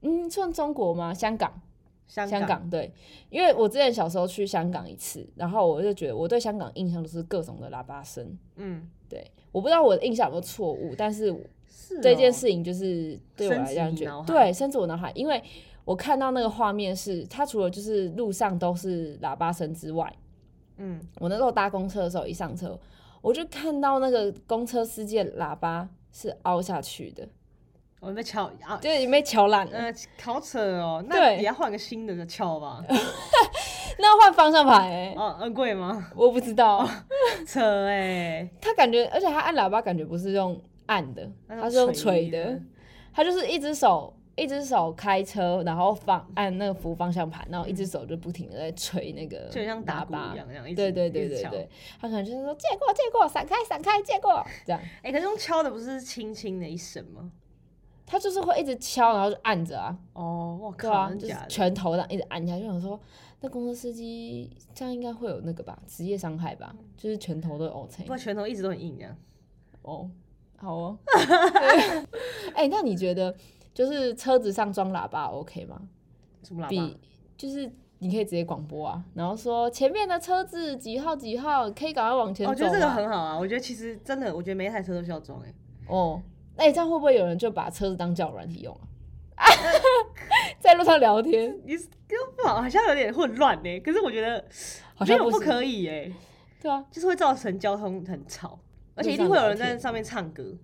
[SPEAKER 1] 嗯，算中国吗？香港，
[SPEAKER 2] 香
[SPEAKER 1] 香
[SPEAKER 2] 港
[SPEAKER 1] 港对，因为我之前小时候去香港一次，然后我就觉得我对香港印象都是各种的喇叭声。
[SPEAKER 2] 嗯
[SPEAKER 1] 对，我不知道我的印象有没有错误，但是
[SPEAKER 2] 是
[SPEAKER 1] 这
[SPEAKER 2] 哦
[SPEAKER 1] 件事情就是对我
[SPEAKER 2] 深
[SPEAKER 1] 来
[SPEAKER 2] 植
[SPEAKER 1] 讲，
[SPEAKER 2] 你
[SPEAKER 1] 觉
[SPEAKER 2] 脑
[SPEAKER 1] 得
[SPEAKER 2] 海
[SPEAKER 1] 对，深植我脑海，因为我看到那个画面是，它除了就是路上都是喇叭声之外，
[SPEAKER 2] 嗯
[SPEAKER 1] 我那时候搭公车的时候，一上车我就看到那个公车司机的喇叭是凹下去的，
[SPEAKER 2] 哦我们被敲啊。
[SPEAKER 1] 就是已经被敲烂了。
[SPEAKER 2] 呃，好扯哦，那
[SPEAKER 1] 对
[SPEAKER 2] 也要换个新的再敲吧。
[SPEAKER 1] 那换方向盘、欸，
[SPEAKER 2] 哦，很贵吗？
[SPEAKER 1] 我不知道，
[SPEAKER 2] 扯哎，
[SPEAKER 1] 他感觉，而且他按喇叭感觉不是用按的，
[SPEAKER 2] 那
[SPEAKER 1] 他是用
[SPEAKER 2] 垂
[SPEAKER 1] 锤
[SPEAKER 2] 的
[SPEAKER 1] 的，他就是一只手。一只手开车，然后放按那个扶方向盘，然后一只手就不停的在捶那个，
[SPEAKER 2] 嗯就很像打
[SPEAKER 1] 喇
[SPEAKER 2] 鼓
[SPEAKER 1] 叭
[SPEAKER 2] 一样，这样一直
[SPEAKER 1] 对对对
[SPEAKER 2] 一直
[SPEAKER 1] 对
[SPEAKER 2] 敲
[SPEAKER 1] 对，他可能就是说借过借过，闪开闪开借过，这样
[SPEAKER 2] 哎、可是用敲的不是轻轻的一声吗？
[SPEAKER 1] 他就是会一直敲，然后就按着啊，
[SPEAKER 2] 哦，我
[SPEAKER 1] 对
[SPEAKER 2] 靠，
[SPEAKER 1] 啊，
[SPEAKER 2] 真
[SPEAKER 1] 就是
[SPEAKER 2] 假的？
[SPEAKER 1] 拳头这样一直按下去，就想说那公车司机这样应该会有那个吧，职业伤害吧，就是拳头都 O 成
[SPEAKER 2] 不，过拳头一直都很硬这样。
[SPEAKER 1] 哦，好 哦。哎、那你觉得就是车子上装喇叭 OK 吗？
[SPEAKER 2] 什么喇叭
[SPEAKER 1] 比？就是你可以直接广播啊，然后说前面的车子几号几号，可以赶快往前
[SPEAKER 2] 哦
[SPEAKER 1] 走、啊。
[SPEAKER 2] 我觉得这个很好啊，我觉得其实真的，我觉得每一台车都需要装哎、
[SPEAKER 1] 哦，那、这样会不会有人就把车子当交友软体用啊？ 在路上聊天
[SPEAKER 2] 你又不好，好像有点混乱呢、欸可是我觉得
[SPEAKER 1] 好
[SPEAKER 2] 没
[SPEAKER 1] 像
[SPEAKER 2] 有不
[SPEAKER 1] 行
[SPEAKER 2] 可以哎、
[SPEAKER 1] 对啊，
[SPEAKER 2] 就是会造成交通很吵，而
[SPEAKER 1] 路
[SPEAKER 2] 且一定
[SPEAKER 1] 上
[SPEAKER 2] 会有
[SPEAKER 1] 聊
[SPEAKER 2] 人在
[SPEAKER 1] 天
[SPEAKER 2] 上面唱歌，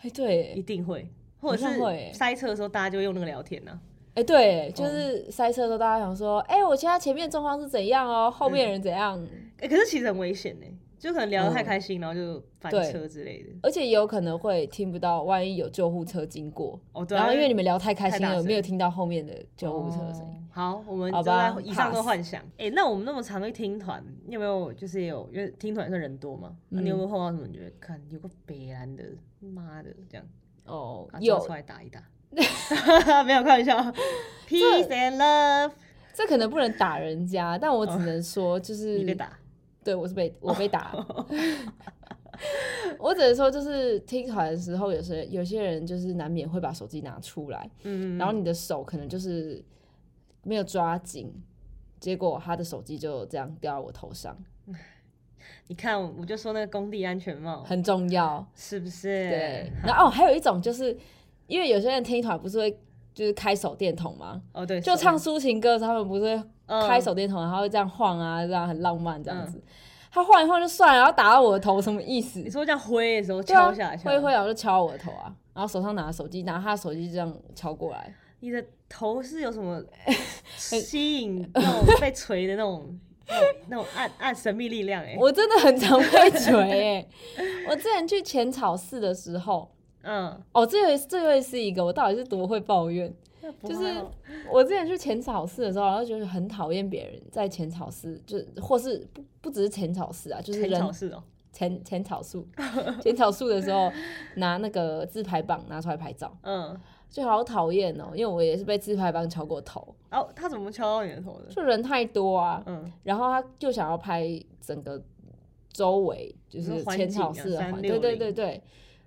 [SPEAKER 1] 哎、对，
[SPEAKER 2] 一定会，或者
[SPEAKER 1] 好像会欸
[SPEAKER 2] 是塞车的时候大家就会用那个聊天呢、啊
[SPEAKER 1] 哎、对，
[SPEAKER 2] 哦
[SPEAKER 1] 就是塞车的时候，大家想说，哎、我现在前面状况是怎样哦，后面人怎样，
[SPEAKER 2] 哎、可是其实很危险呢、欸就可能聊得
[SPEAKER 1] 嗯
[SPEAKER 2] 太开心，然后就翻
[SPEAKER 1] 对
[SPEAKER 2] 车之类的。
[SPEAKER 1] 而且也有可能会听不到，万一有救护车经过，
[SPEAKER 2] 哦，对啊，
[SPEAKER 1] 然后因为你们聊太开
[SPEAKER 2] 太
[SPEAKER 1] 心
[SPEAKER 2] 大
[SPEAKER 1] 了，
[SPEAKER 2] 声
[SPEAKER 1] 没有听到后面的救护车的声音。
[SPEAKER 2] 哦好，我们
[SPEAKER 1] 好
[SPEAKER 2] 就
[SPEAKER 1] 吧
[SPEAKER 2] 在以上都
[SPEAKER 1] pass
[SPEAKER 2] 幻想。哎、那我们那么常去听团，你有没有就是也有因为听团算人多嘛？那你有
[SPEAKER 1] 嗯
[SPEAKER 2] 没有碰到什么？你觉得看有个北兰的，妈的这样，
[SPEAKER 1] 哦
[SPEAKER 2] 把，车
[SPEAKER 1] 有
[SPEAKER 2] 出，来打一打。 没有开 玩笑，peace and love，
[SPEAKER 1] 这可能不能打人家，但我只能说，就是、
[SPEAKER 2] 哦你被打，哦
[SPEAKER 1] 对我是被我被打， 我只能说，就是听团的时候，有时有些人就是难免会把手机拿出来，
[SPEAKER 2] 嗯，
[SPEAKER 1] 然后你的手可能就是没有抓紧，结果他的手机就这样掉到我头上，
[SPEAKER 2] 你看，我就说那个工地安全帽
[SPEAKER 1] 很重要。
[SPEAKER 2] 是不是？
[SPEAKER 1] 对，，然后哦，还有一种就是因为有些人听团不是会就是开手电筒吗？
[SPEAKER 2] 哦对，
[SPEAKER 1] 就唱抒情歌的时候，他们不是
[SPEAKER 2] 嗯
[SPEAKER 1] 会开手电筒，然后会这样晃啊，这样很浪漫这样子。他晃一晃就算了，然后打到我的头，什么意思
[SPEAKER 2] 你？说这样挥的时候
[SPEAKER 1] 对啊
[SPEAKER 2] 敲下来，敲
[SPEAKER 1] 挥一挥，然后就敲我的头啊，然后手上拿手机，拿他的手机这样敲过来。
[SPEAKER 2] 你的头是有什 么
[SPEAKER 1] 哎
[SPEAKER 2] 吸引那种被锤的那 种那种那种暗暗神秘力量、欸？哎，
[SPEAKER 1] 我真的很常被 锤哎、我之前去浅草寺的时候，
[SPEAKER 2] 嗯，
[SPEAKER 1] 哦，这位这位是一个，我到底是多会抱怨？
[SPEAKER 2] 那不
[SPEAKER 1] 就是
[SPEAKER 2] 会哦
[SPEAKER 1] 我之前去浅草寺的时候，然后就是很讨厌别人在浅草寺，就是或是不不只是浅草寺啊，就是
[SPEAKER 2] 很
[SPEAKER 1] 人
[SPEAKER 2] 吵是哦，
[SPEAKER 1] 浅浅草树浅草树的时候，拿那个自拍棒拿出来拍照，
[SPEAKER 2] 嗯，
[SPEAKER 1] 就好讨厌哦，因为我也是被自拍棒敲过头，
[SPEAKER 2] 然、后哦他怎么敲到你的头的？
[SPEAKER 1] 就人太多啊，
[SPEAKER 2] 嗯，
[SPEAKER 1] 然后他就想要拍整个周围，就
[SPEAKER 2] 你
[SPEAKER 1] 是
[SPEAKER 2] 说环
[SPEAKER 1] 浅草
[SPEAKER 2] 景啊
[SPEAKER 1] 寺的环，
[SPEAKER 2] 360
[SPEAKER 1] 对对对对，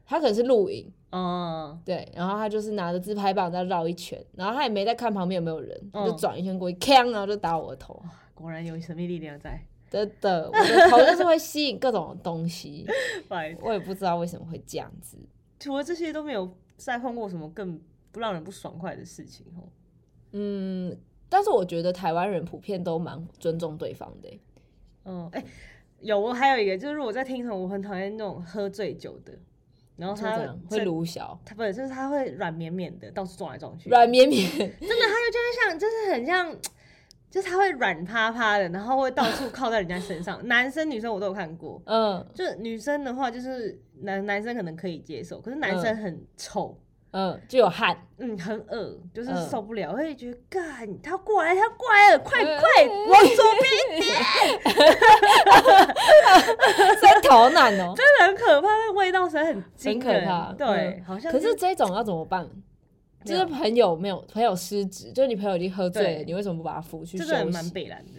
[SPEAKER 1] 他可能是露营，
[SPEAKER 2] 哦、
[SPEAKER 1] 对，然后他就是拿着自拍棒在绕一圈，然后他也没在看旁边有没有人，他就
[SPEAKER 2] 嗯
[SPEAKER 1] 转一圈过去，锵，然后就打我的头，
[SPEAKER 2] 果然有神秘力量在，
[SPEAKER 1] 真的，我的头就是会吸引各种东西，
[SPEAKER 2] 不好意思
[SPEAKER 1] 我也不知道为什么会这样 子。
[SPEAKER 2] 除了这些都没有再碰过什么更不让人不爽快的事情哦。
[SPEAKER 1] 嗯，但是我觉得台湾人普遍都蛮尊重对方的欸、
[SPEAKER 2] 嗯，哎、有我还有一个就是我在听什么，我很讨厌那种喝醉酒的，然后
[SPEAKER 1] 就这
[SPEAKER 2] 哦他
[SPEAKER 1] 样会
[SPEAKER 2] 这
[SPEAKER 1] 撸小，
[SPEAKER 2] 他不是，就是他会软绵绵的，到处撞来撞去，
[SPEAKER 1] 软绵绵，
[SPEAKER 2] 真的，他就就是像，就是很像，就是他会软趴趴的，然后会到 处靠在人家身上，男生女生我都有看过。
[SPEAKER 1] 嗯
[SPEAKER 2] 就是女生的话，就是男男生可能可以接受，可是男生很臭，
[SPEAKER 1] 嗯，就有汗，
[SPEAKER 2] 嗯，很恶，就是
[SPEAKER 1] 嗯
[SPEAKER 2] 受不了，会觉得干他过来，他过来了，快
[SPEAKER 1] 嗯
[SPEAKER 2] 快往左边，
[SPEAKER 1] 三头难 哦。
[SPEAKER 2] 真的很可怕，那个味道实在很惊
[SPEAKER 1] 很可
[SPEAKER 2] 人
[SPEAKER 1] 怕，
[SPEAKER 2] 对，
[SPEAKER 1] 嗯
[SPEAKER 2] 好像
[SPEAKER 1] 可
[SPEAKER 2] 就是
[SPEAKER 1] 这种要怎么办？
[SPEAKER 2] 没
[SPEAKER 1] 就
[SPEAKER 2] 有
[SPEAKER 1] 是朋友没有朋友失职，就是你朋友已经喝醉了，
[SPEAKER 2] 对
[SPEAKER 1] 你为什么不把他扶去
[SPEAKER 2] 这
[SPEAKER 1] 休
[SPEAKER 2] 个人蛮
[SPEAKER 1] 息？
[SPEAKER 2] 北蓝的，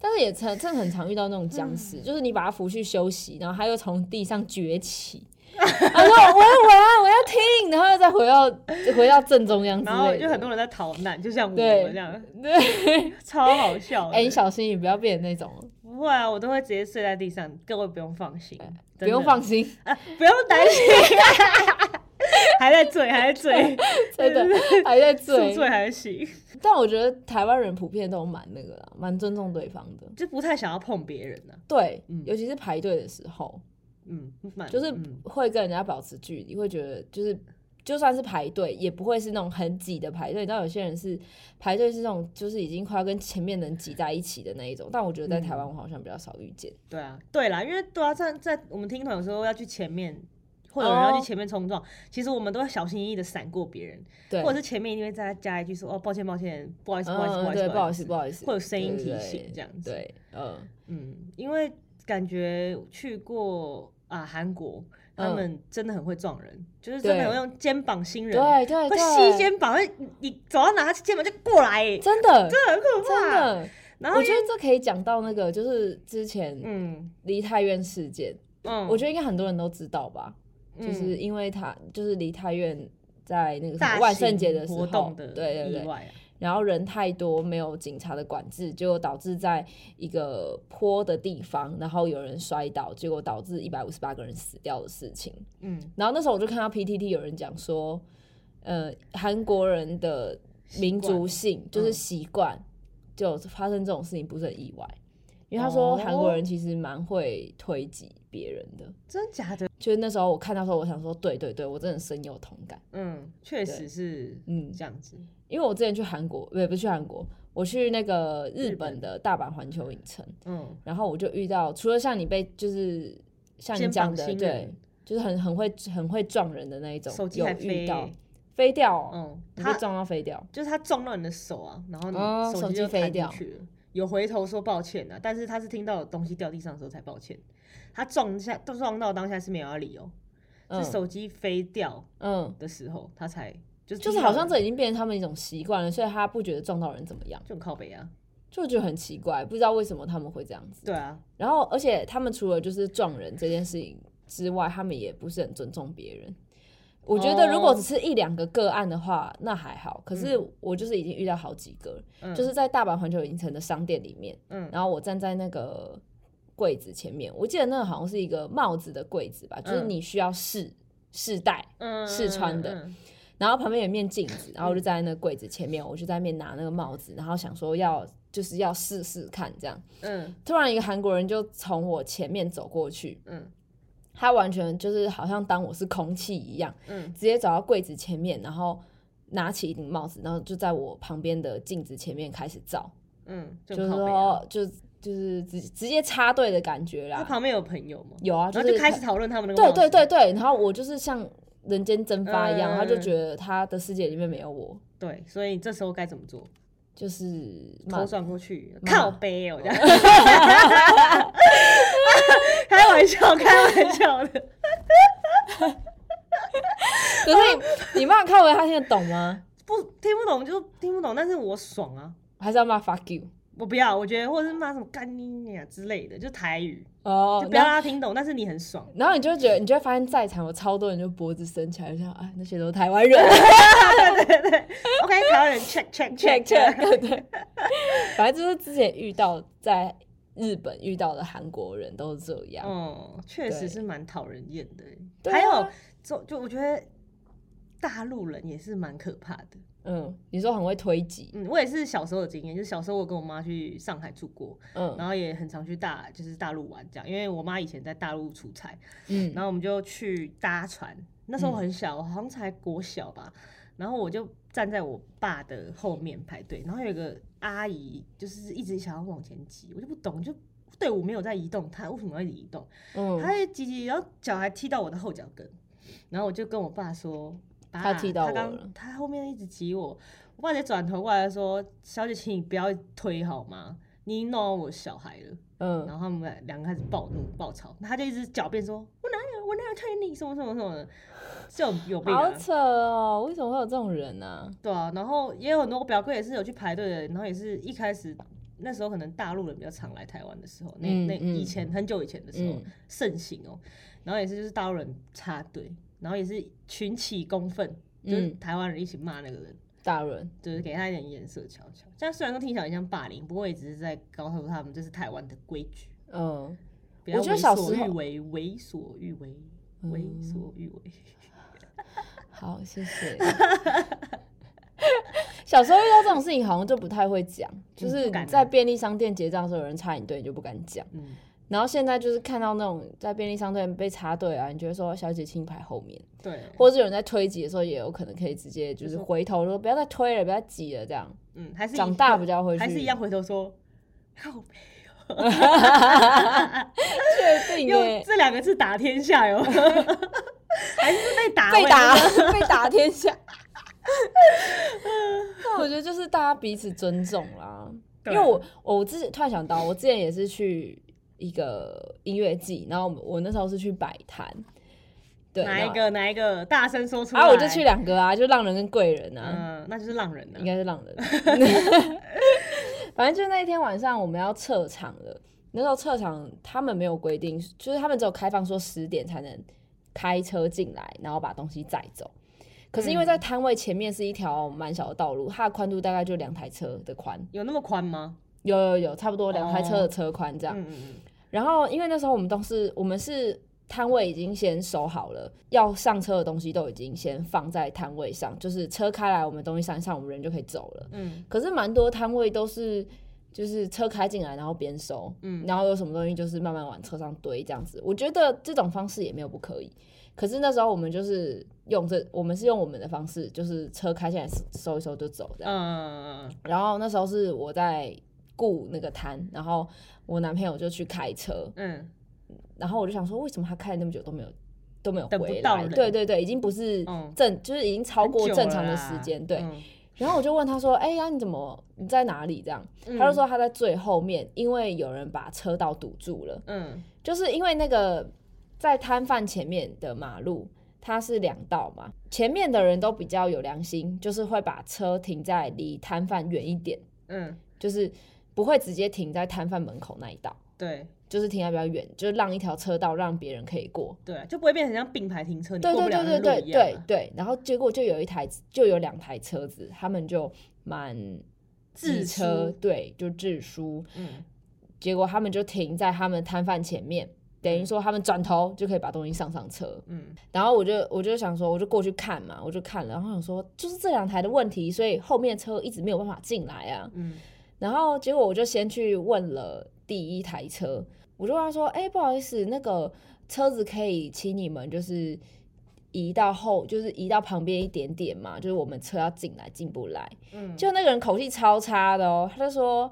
[SPEAKER 1] 但是也曾真的很常遇到那种僵
[SPEAKER 2] 嗯
[SPEAKER 1] 尸，就是你把他扶去休息，然后他又从地上崛起， 他说我要玩，我要听，然后又再回到回到正中央之
[SPEAKER 2] 然后
[SPEAKER 1] 类的，
[SPEAKER 2] 就很多人在逃难，就像我
[SPEAKER 1] 对
[SPEAKER 2] 这样，
[SPEAKER 1] 对，
[SPEAKER 2] 超好笑的。
[SPEAKER 1] 哎、你小心，你不要变成那种，
[SPEAKER 2] 不会啊，我都会直接睡在地上，各位不用放心，
[SPEAKER 1] 哎不
[SPEAKER 2] 真的
[SPEAKER 1] 用放 心，
[SPEAKER 2] 啊，不用担心， 还在醉，还在醉，
[SPEAKER 1] 真的还在
[SPEAKER 2] 宿
[SPEAKER 1] 醉。
[SPEAKER 2] 醉还行，
[SPEAKER 1] 但我觉得台湾人普遍都蛮那个啦，蛮尊重对方的，
[SPEAKER 2] 就不太想要碰别人呢、啊。
[SPEAKER 1] 对，
[SPEAKER 2] 嗯
[SPEAKER 1] 尤其是排队的时候，
[SPEAKER 2] 嗯，蛮
[SPEAKER 1] 就是
[SPEAKER 2] 嗯
[SPEAKER 1] 会跟人家保持距离，会觉得就是就算是排队，也不会是那种很挤的排队。你知道有些人是排队是那种就是已经快要跟前面人挤在一起的那一种，但我觉得在
[SPEAKER 2] 嗯
[SPEAKER 1] 台湾我好像比较少遇见。
[SPEAKER 2] 对啊，对啦，因为对啊，在在我们听团有时候要去前面，或者有人
[SPEAKER 1] 哦
[SPEAKER 2] 要去前面冲撞其实我们都会小心翼翼的闪过别人，
[SPEAKER 1] 对，
[SPEAKER 2] 或者是前面一定会再加一句说哦，抱歉抱歉，不好意思
[SPEAKER 1] 嗯
[SPEAKER 2] 不好意思不好意思，
[SPEAKER 1] 对，不好意思，不好意思，
[SPEAKER 2] 会有声音
[SPEAKER 1] 对对
[SPEAKER 2] 提醒
[SPEAKER 1] 对
[SPEAKER 2] 这样子
[SPEAKER 1] 对，嗯，
[SPEAKER 2] 嗯，因为感觉去过啊韩国，他
[SPEAKER 1] 嗯
[SPEAKER 2] 们真的很会撞人，就是真的
[SPEAKER 1] 对
[SPEAKER 2] 很会用肩膀新人，
[SPEAKER 1] 对对
[SPEAKER 2] 会吸
[SPEAKER 1] 对，
[SPEAKER 2] 肩膀，会你走到哪他肩膀就过来，哎
[SPEAKER 1] 真的
[SPEAKER 2] 真的很可怕。
[SPEAKER 1] 真，的，
[SPEAKER 2] 然后
[SPEAKER 1] 我觉得这可以讲到那个就是之前
[SPEAKER 2] 嗯
[SPEAKER 1] 梨泰院事件，
[SPEAKER 2] 嗯，嗯
[SPEAKER 1] 我觉得应该很多人都知道吧。就是因为他就是离太远，在那个什
[SPEAKER 2] 大
[SPEAKER 1] 么
[SPEAKER 2] 型
[SPEAKER 1] 万圣节的时候，
[SPEAKER 2] 活动的
[SPEAKER 1] 对对对
[SPEAKER 2] 意，外啊，
[SPEAKER 1] 然后人太多，没有警察的管制，结果导致在一个坡的地方，然后有人摔倒，结果导致一百五十八个人死掉的事情。
[SPEAKER 2] 嗯，
[SPEAKER 1] 然后那时候我就看到 PTT 有人讲说，呃，韩国人的民族性
[SPEAKER 2] 嗯
[SPEAKER 1] 就是习惯，就发生这种事情不是很意外，因为他说
[SPEAKER 2] 哦
[SPEAKER 1] 韩国人其实蛮会推挤别人的。
[SPEAKER 2] 真假的，
[SPEAKER 1] 就是那时候我看到的时候，我想说，对对对，我真的深有同感。
[SPEAKER 2] 嗯，确
[SPEAKER 1] 对
[SPEAKER 2] 实是，
[SPEAKER 1] 嗯
[SPEAKER 2] 嗯，这样子，
[SPEAKER 1] 因为我之前去韩国，不不是去韩国，我去那个日
[SPEAKER 2] 日
[SPEAKER 1] 本
[SPEAKER 2] 本
[SPEAKER 1] 的大阪环球影城，
[SPEAKER 2] 嗯，
[SPEAKER 1] 然后我就遇到，除了像你被就是像你
[SPEAKER 2] 肩
[SPEAKER 1] 讲
[SPEAKER 2] 膀
[SPEAKER 1] 的，
[SPEAKER 2] 新
[SPEAKER 1] 对
[SPEAKER 2] 人，
[SPEAKER 1] 就是很很会很会撞人的那一种，
[SPEAKER 2] 手机
[SPEAKER 1] 有
[SPEAKER 2] 还
[SPEAKER 1] 遇
[SPEAKER 2] 飞，
[SPEAKER 1] 到飞掉哦、
[SPEAKER 2] 嗯，
[SPEAKER 1] 你被
[SPEAKER 2] 他
[SPEAKER 1] 撞到飞掉，
[SPEAKER 2] 就是他撞到你的手啊，然后
[SPEAKER 1] 哦
[SPEAKER 2] 你
[SPEAKER 1] 手
[SPEAKER 2] 手
[SPEAKER 1] 机
[SPEAKER 2] 机就
[SPEAKER 1] 飞
[SPEAKER 2] 弹
[SPEAKER 1] 掉
[SPEAKER 2] 出去了。有回头说抱歉啊，但是他是听到有东西掉地上的时候才抱歉。他撞下撞到当下是没有要理由，
[SPEAKER 1] 嗯
[SPEAKER 2] 是手机飞掉
[SPEAKER 1] 嗯，
[SPEAKER 2] 的时候他才就是
[SPEAKER 1] 就是好像这已经变成他们一种习惯了，所以他不觉得撞到人怎么样，
[SPEAKER 2] 就很靠北啊，
[SPEAKER 1] 就觉得很奇怪，不知道为什么他们会这样子。
[SPEAKER 2] 对啊，
[SPEAKER 1] 然后，而且他们除了就是撞人这件事情之外，他们也不是很尊重别人。我觉得如果
[SPEAKER 2] 哦
[SPEAKER 1] 只是一两个个案的话，那还好。可是我就是已经遇到好几个，
[SPEAKER 2] 嗯
[SPEAKER 1] 就是在大阪环球影城的商店里面，
[SPEAKER 2] 嗯
[SPEAKER 1] 然后我站在那个柜子前面，我记得那个好像是一个帽子的柜子吧，就是
[SPEAKER 2] 嗯
[SPEAKER 1] 你需要试试戴，
[SPEAKER 2] 嗯
[SPEAKER 1] 试穿的，
[SPEAKER 2] 嗯
[SPEAKER 1] 然后旁边有一面镜子，然后我就站在那个柜子前面，我就在那边拿那个帽子，然后想说要就是要试试看这样。
[SPEAKER 2] 嗯
[SPEAKER 1] 突然一个韩国人就从我前面走过去，
[SPEAKER 2] 嗯
[SPEAKER 1] 他完全就是好像当我是空气一样，
[SPEAKER 2] 嗯
[SPEAKER 1] 直接走到柜子前面，然后拿起一顶帽子，然后就在我旁边的镜子前面开始照，
[SPEAKER 2] 嗯，
[SPEAKER 1] 就
[SPEAKER 2] 很
[SPEAKER 1] 是
[SPEAKER 2] 靠北啊
[SPEAKER 1] 说就就是直直接插队的感觉
[SPEAKER 2] 他
[SPEAKER 1] 啦。
[SPEAKER 2] 旁边有朋友嘛，
[SPEAKER 1] 有啊，
[SPEAKER 2] 然
[SPEAKER 1] 就
[SPEAKER 2] 后
[SPEAKER 1] 是
[SPEAKER 2] 就开始讨论他们那个
[SPEAKER 1] 对
[SPEAKER 2] 帽
[SPEAKER 1] 对
[SPEAKER 2] 子
[SPEAKER 1] 对对，然后我就是像人间蒸发一样，
[SPEAKER 2] 嗯
[SPEAKER 1] 他就觉得他的世界里面没有我，
[SPEAKER 2] 对，所以这时候该怎么做？
[SPEAKER 1] 就是骂
[SPEAKER 2] 头转过去，
[SPEAKER 1] 骂
[SPEAKER 2] 靠背哦，这样。
[SPEAKER 1] 哦
[SPEAKER 2] 开玩笑，开玩笑的。
[SPEAKER 1] 可是你你 骂靠维他听得懂吗？
[SPEAKER 2] 不听不懂就听不懂，但是我爽啊！
[SPEAKER 1] 还是要骂 fuck you？
[SPEAKER 2] 我不要，我觉得或者是骂什么干你娘之类的，就台语，
[SPEAKER 1] 哦
[SPEAKER 2] 就，不
[SPEAKER 1] 然
[SPEAKER 2] 要
[SPEAKER 1] 后
[SPEAKER 2] 让他听懂，但是你很爽。
[SPEAKER 1] 然后你就会觉得，你就会发现，在场有超多人就脖子伸起来，就想哎，那些都是台湾人
[SPEAKER 2] OK，台湾人 check check
[SPEAKER 1] ，check
[SPEAKER 2] check
[SPEAKER 1] check，对。反正就是之前遇到在日本遇到的韩国人都是这样，
[SPEAKER 2] 哦，确
[SPEAKER 1] 对
[SPEAKER 2] 实是蛮讨人厌的欸。
[SPEAKER 1] 对
[SPEAKER 2] 还有
[SPEAKER 1] 啊，
[SPEAKER 2] 就就我觉得大陆人也是蛮可怕的。
[SPEAKER 1] 嗯，你说很会推挤，
[SPEAKER 2] 嗯，我也是小时候的经验，就是小时候我跟我妈去上海住过，然
[SPEAKER 1] 嗯
[SPEAKER 2] 后也很常去大就是大陆玩这样，因为我妈以前在大陆出差，
[SPEAKER 1] 嗯
[SPEAKER 2] 然后我们就去搭船。那时候我很小，我好像才国小吧。然后我就站在我爸的后面排队，然后有一个阿姨就是一直想要往前挤，我就不懂，就队伍没有在移动，她为什么要一直移动？她
[SPEAKER 1] 嗯，
[SPEAKER 2] 在挤挤，然后脚还踢到我的后脚跟，然后我就跟我爸说：“爸
[SPEAKER 1] 她踢到我
[SPEAKER 2] 她刚
[SPEAKER 1] 了
[SPEAKER 2] 她后面一直挤我。”我爸直接转头过来说：“小姐，请你不要推好吗？你弄到我小孩了。”
[SPEAKER 1] 嗯
[SPEAKER 2] 然后他们两个开始暴怒暴吵，他就一直狡辩说：“我哪有我哪有推你什么什么什么的，就有病、
[SPEAKER 1] 好
[SPEAKER 2] 啊。
[SPEAKER 1] 扯哦，为什么会有这种人呢？”
[SPEAKER 2] 对啊，然后也有很多我表哥也是有去排队的，然后也是一开始那时候可能大陆人比较常来台湾的时候，那、
[SPEAKER 1] 嗯
[SPEAKER 2] 那
[SPEAKER 1] 嗯
[SPEAKER 2] 以前很久以前的时候、
[SPEAKER 1] 嗯
[SPEAKER 2] 盛行哦、然后也是就是大陆人插队，然后也是群起公愤，就是
[SPEAKER 1] 嗯
[SPEAKER 2] 台湾人一起骂那个人。
[SPEAKER 1] 大人，
[SPEAKER 2] 就是给他一点颜色瞧瞧，这样虽然说听起来很像霸凌，不过也只是在告诉他们这是台湾的规矩。
[SPEAKER 1] 嗯，
[SPEAKER 2] 不要
[SPEAKER 1] 我觉得
[SPEAKER 2] 为
[SPEAKER 1] 小
[SPEAKER 2] 所
[SPEAKER 1] 时候嗯
[SPEAKER 2] 欲为，为所欲为，为所欲为。
[SPEAKER 1] 好，谢谢。 小时候遇到这种事情，好像就不太会讲，就是
[SPEAKER 2] 不敢啊
[SPEAKER 1] 在便利商店结账的时候，有人插你队，你就不敢讲。
[SPEAKER 2] 嗯，
[SPEAKER 1] 然后现在就是看到那种在便利商店被插队啊，你就会说小姐请你排后面，
[SPEAKER 2] 对，
[SPEAKER 1] 或者是有人在推挤的时候，也有可能可以直接就是
[SPEAKER 2] 就说
[SPEAKER 1] 回头说不要再推了，不要再挤了这样。
[SPEAKER 2] 嗯，还是
[SPEAKER 1] 长
[SPEAKER 2] 一
[SPEAKER 1] 大
[SPEAKER 2] 回
[SPEAKER 1] 比较会去
[SPEAKER 2] 还是一样回头说，靠北，
[SPEAKER 1] 确定
[SPEAKER 2] 用
[SPEAKER 1] 耶，
[SPEAKER 2] 这两个字打天下 哟，还是被打
[SPEAKER 1] 被
[SPEAKER 2] 我也
[SPEAKER 1] 打
[SPEAKER 2] 不知 道
[SPEAKER 1] 被打天下。那我觉得就是大家彼此尊重啦，因
[SPEAKER 2] 对啊
[SPEAKER 1] 为我我自己突然想到，我之前也是去一个音乐季，然后我们我那时候是去摆摊，对，
[SPEAKER 2] 哪一
[SPEAKER 1] 然
[SPEAKER 2] 个哪一个大声说出
[SPEAKER 1] 后？
[SPEAKER 2] 来，
[SPEAKER 1] 啊，我就去，两个啊，就浪人跟贵人啊，
[SPEAKER 2] 嗯，那就是浪人了
[SPEAKER 1] 应，该是浪人。 反正就是那一天晚上我们要撤场了，那时候撤场他们没有规定，就是他们只有开放说十点才能开车进来，然后把东西载走。可是因为在摊位前面是一条蛮小的道路，它的宽度大概就两台车的宽，
[SPEAKER 2] 有那么宽吗？
[SPEAKER 1] 有有有，差不多两台车的车宽这样。
[SPEAKER 2] 嗯嗯
[SPEAKER 1] 然后因为那时候我们都是我们是摊位已经先收好了，要上车的东西都已经先放在摊位上，就是车开来，我们东西上一上，我们人就可以走了。
[SPEAKER 2] 嗯
[SPEAKER 1] 可是蛮多摊位都是就是车开进来，然后边收，
[SPEAKER 2] 嗯
[SPEAKER 1] 然后有什么东西就是慢慢往车上堆这样子。我觉得这种方式也没有不可以。可是那时候我们就是用这，我们是用我们的方式，就是车开进来收一收就走这
[SPEAKER 2] 嗯
[SPEAKER 1] 样。
[SPEAKER 2] 嗯嗯
[SPEAKER 1] 然后那时候是我在雇那个摊，然后我男朋友就去开车，
[SPEAKER 2] 嗯
[SPEAKER 1] 然后我就想说，为什么他开了那么久都没有都没有
[SPEAKER 2] 等不
[SPEAKER 1] 回
[SPEAKER 2] 到
[SPEAKER 1] 来？
[SPEAKER 2] 人
[SPEAKER 1] 对对对，已经不是
[SPEAKER 2] 嗯
[SPEAKER 1] 正，就是已经超
[SPEAKER 2] 很
[SPEAKER 1] 过
[SPEAKER 2] 久
[SPEAKER 1] 正
[SPEAKER 2] 了
[SPEAKER 1] 常的
[SPEAKER 2] 啦
[SPEAKER 1] 时间，对。
[SPEAKER 2] 嗯
[SPEAKER 1] 然后我就问他说：“哎、呀、你怎么你在哪里？”这样，
[SPEAKER 2] 嗯
[SPEAKER 1] 他就说他在最后面，因为有人把车道堵住了，
[SPEAKER 2] 嗯
[SPEAKER 1] 就是因为那个在摊贩前面的马路，它是两道嘛，前面的人都比较有良心，就是会把车停在离摊贩远一点，
[SPEAKER 2] 嗯，
[SPEAKER 1] 就是不会直接停在摊贩门口那一道，
[SPEAKER 2] 对
[SPEAKER 1] 就是停在比较远，就让一条车道让别人可以过。
[SPEAKER 2] 对，啊就不会变成像并排停车，你
[SPEAKER 1] 对
[SPEAKER 2] 过
[SPEAKER 1] 对
[SPEAKER 2] 不了
[SPEAKER 1] 对对
[SPEAKER 2] 那
[SPEAKER 1] 对
[SPEAKER 2] 路一样
[SPEAKER 1] 对
[SPEAKER 2] 啊。
[SPEAKER 1] 对，然后结果就有一台，就有两台车子，他们就满机
[SPEAKER 2] 自
[SPEAKER 1] 车
[SPEAKER 2] 私，
[SPEAKER 1] 对，就致书，
[SPEAKER 2] 嗯
[SPEAKER 1] 结果他们就停在他们摊贩前面，等于说他们转头就可以把东西上上车。
[SPEAKER 2] 嗯
[SPEAKER 1] 然后我就我就想说，我就过去看嘛，我就看了，然后想说就是这两台的问题，所以后面车一直没有办法进来啊。
[SPEAKER 2] 嗯
[SPEAKER 1] 然后结果我就先去问了第一台车，我就问他说：“哎、不好意思，那个车子可以请你们就是移到后，就是移到旁边一点点嘛，就是我们车要进来进不来。”
[SPEAKER 2] 嗯，
[SPEAKER 1] 就那个人口气超差的哦，他就说：“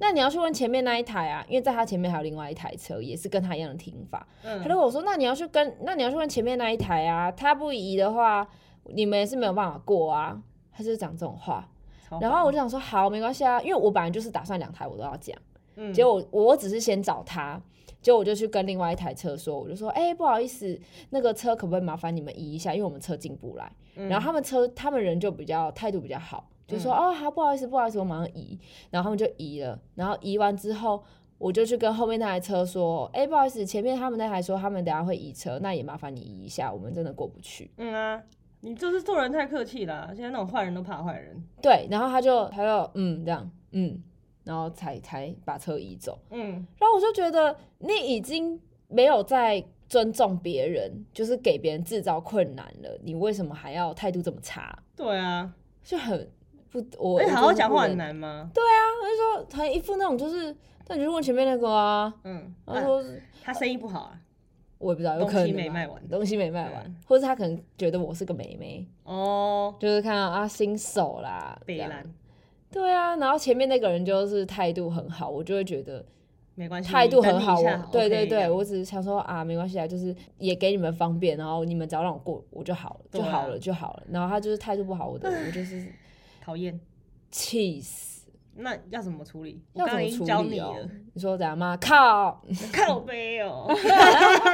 [SPEAKER 1] 那你要去问前面那一台啊，因为在他前面还有另外一台车，也是跟他一样的停法。”
[SPEAKER 2] 嗯
[SPEAKER 1] 他就跟我说：“那你要去跟，那你要去问前面那一台啊，他不移的话，你们也是没有办法过啊。”他就是讲这种话，
[SPEAKER 2] 超
[SPEAKER 1] 然
[SPEAKER 2] 好
[SPEAKER 1] 后我就想说好，没关系啊，因为我本来就是打算两台我都要讲，
[SPEAKER 2] 嗯
[SPEAKER 1] 结果我我只是先找他，结果我就去跟另外一台车说，我就说，哎、不好意思，那个车可不可以麻烦你们移一下，因为我们车进不来。
[SPEAKER 2] 嗯
[SPEAKER 1] 然后他们车他们人就比较态度比较好，就说，哦，好，不好意思，不好意思，我马上移。然后他们就移了，然后移完之后。我就去跟后面那台车说，哎、不好意思，前面他们那台说他们等下会移车，那也麻烦你移一下，我们真的过不去。
[SPEAKER 2] 嗯啊，你就是做人太客气啦，现在那种坏人都怕坏人，
[SPEAKER 1] 对，然后他就他就嗯这样嗯，然后才才把车移走。
[SPEAKER 2] 嗯
[SPEAKER 1] 然后我就觉得你已经没有在尊重别人，就是给别人制造困难了，你为什么还要态度这么差？
[SPEAKER 2] 对啊，
[SPEAKER 1] 就很不我
[SPEAKER 2] 哎、
[SPEAKER 1] 我
[SPEAKER 2] 好好
[SPEAKER 1] 就是啊
[SPEAKER 2] 讲
[SPEAKER 1] 不
[SPEAKER 2] 话很
[SPEAKER 1] 能
[SPEAKER 2] 难吗？
[SPEAKER 1] 他就说他一副那种就是，那你就问前面那个啊，
[SPEAKER 2] 嗯，
[SPEAKER 1] 他
[SPEAKER 2] 啊
[SPEAKER 1] 说。
[SPEAKER 2] 他生意不好啊，
[SPEAKER 1] 我也不知道，有
[SPEAKER 2] 东
[SPEAKER 1] 可能
[SPEAKER 2] 西没
[SPEAKER 1] 吧
[SPEAKER 2] 卖完
[SPEAKER 1] 东西没卖完
[SPEAKER 2] 嗯，
[SPEAKER 1] 或者他可能觉得我是个妹妹，
[SPEAKER 2] 哦，
[SPEAKER 1] 就是看到啊新手啦，这
[SPEAKER 2] 北
[SPEAKER 1] 样
[SPEAKER 2] 兰
[SPEAKER 1] 对啊，然后前面那个人就是态度很好，我就会觉得
[SPEAKER 2] 没关系，
[SPEAKER 1] 态度
[SPEAKER 2] 你等
[SPEAKER 1] 很
[SPEAKER 2] 嗯你一
[SPEAKER 1] 好，
[SPEAKER 2] 下
[SPEAKER 1] 我对
[SPEAKER 2] OK
[SPEAKER 1] 对
[SPEAKER 2] 这
[SPEAKER 1] 对，
[SPEAKER 2] 样
[SPEAKER 1] 我只是想说啊，没关系啊，就是也给你们方便，然后你们只要让我过，我就好了，就
[SPEAKER 2] 对啊
[SPEAKER 1] 好了就好了。然后他就是态度不好，我的我就是
[SPEAKER 2] 讨厌。
[SPEAKER 1] 气死，
[SPEAKER 2] 那要怎么处理？我
[SPEAKER 1] 要
[SPEAKER 2] 刚
[SPEAKER 1] 怎
[SPEAKER 2] 刚
[SPEAKER 1] 么
[SPEAKER 2] 已经
[SPEAKER 1] 处
[SPEAKER 2] 教
[SPEAKER 1] 理
[SPEAKER 2] 你
[SPEAKER 1] 哦
[SPEAKER 2] 了，？
[SPEAKER 1] 你说怎样吗？靠，
[SPEAKER 2] 靠背哦，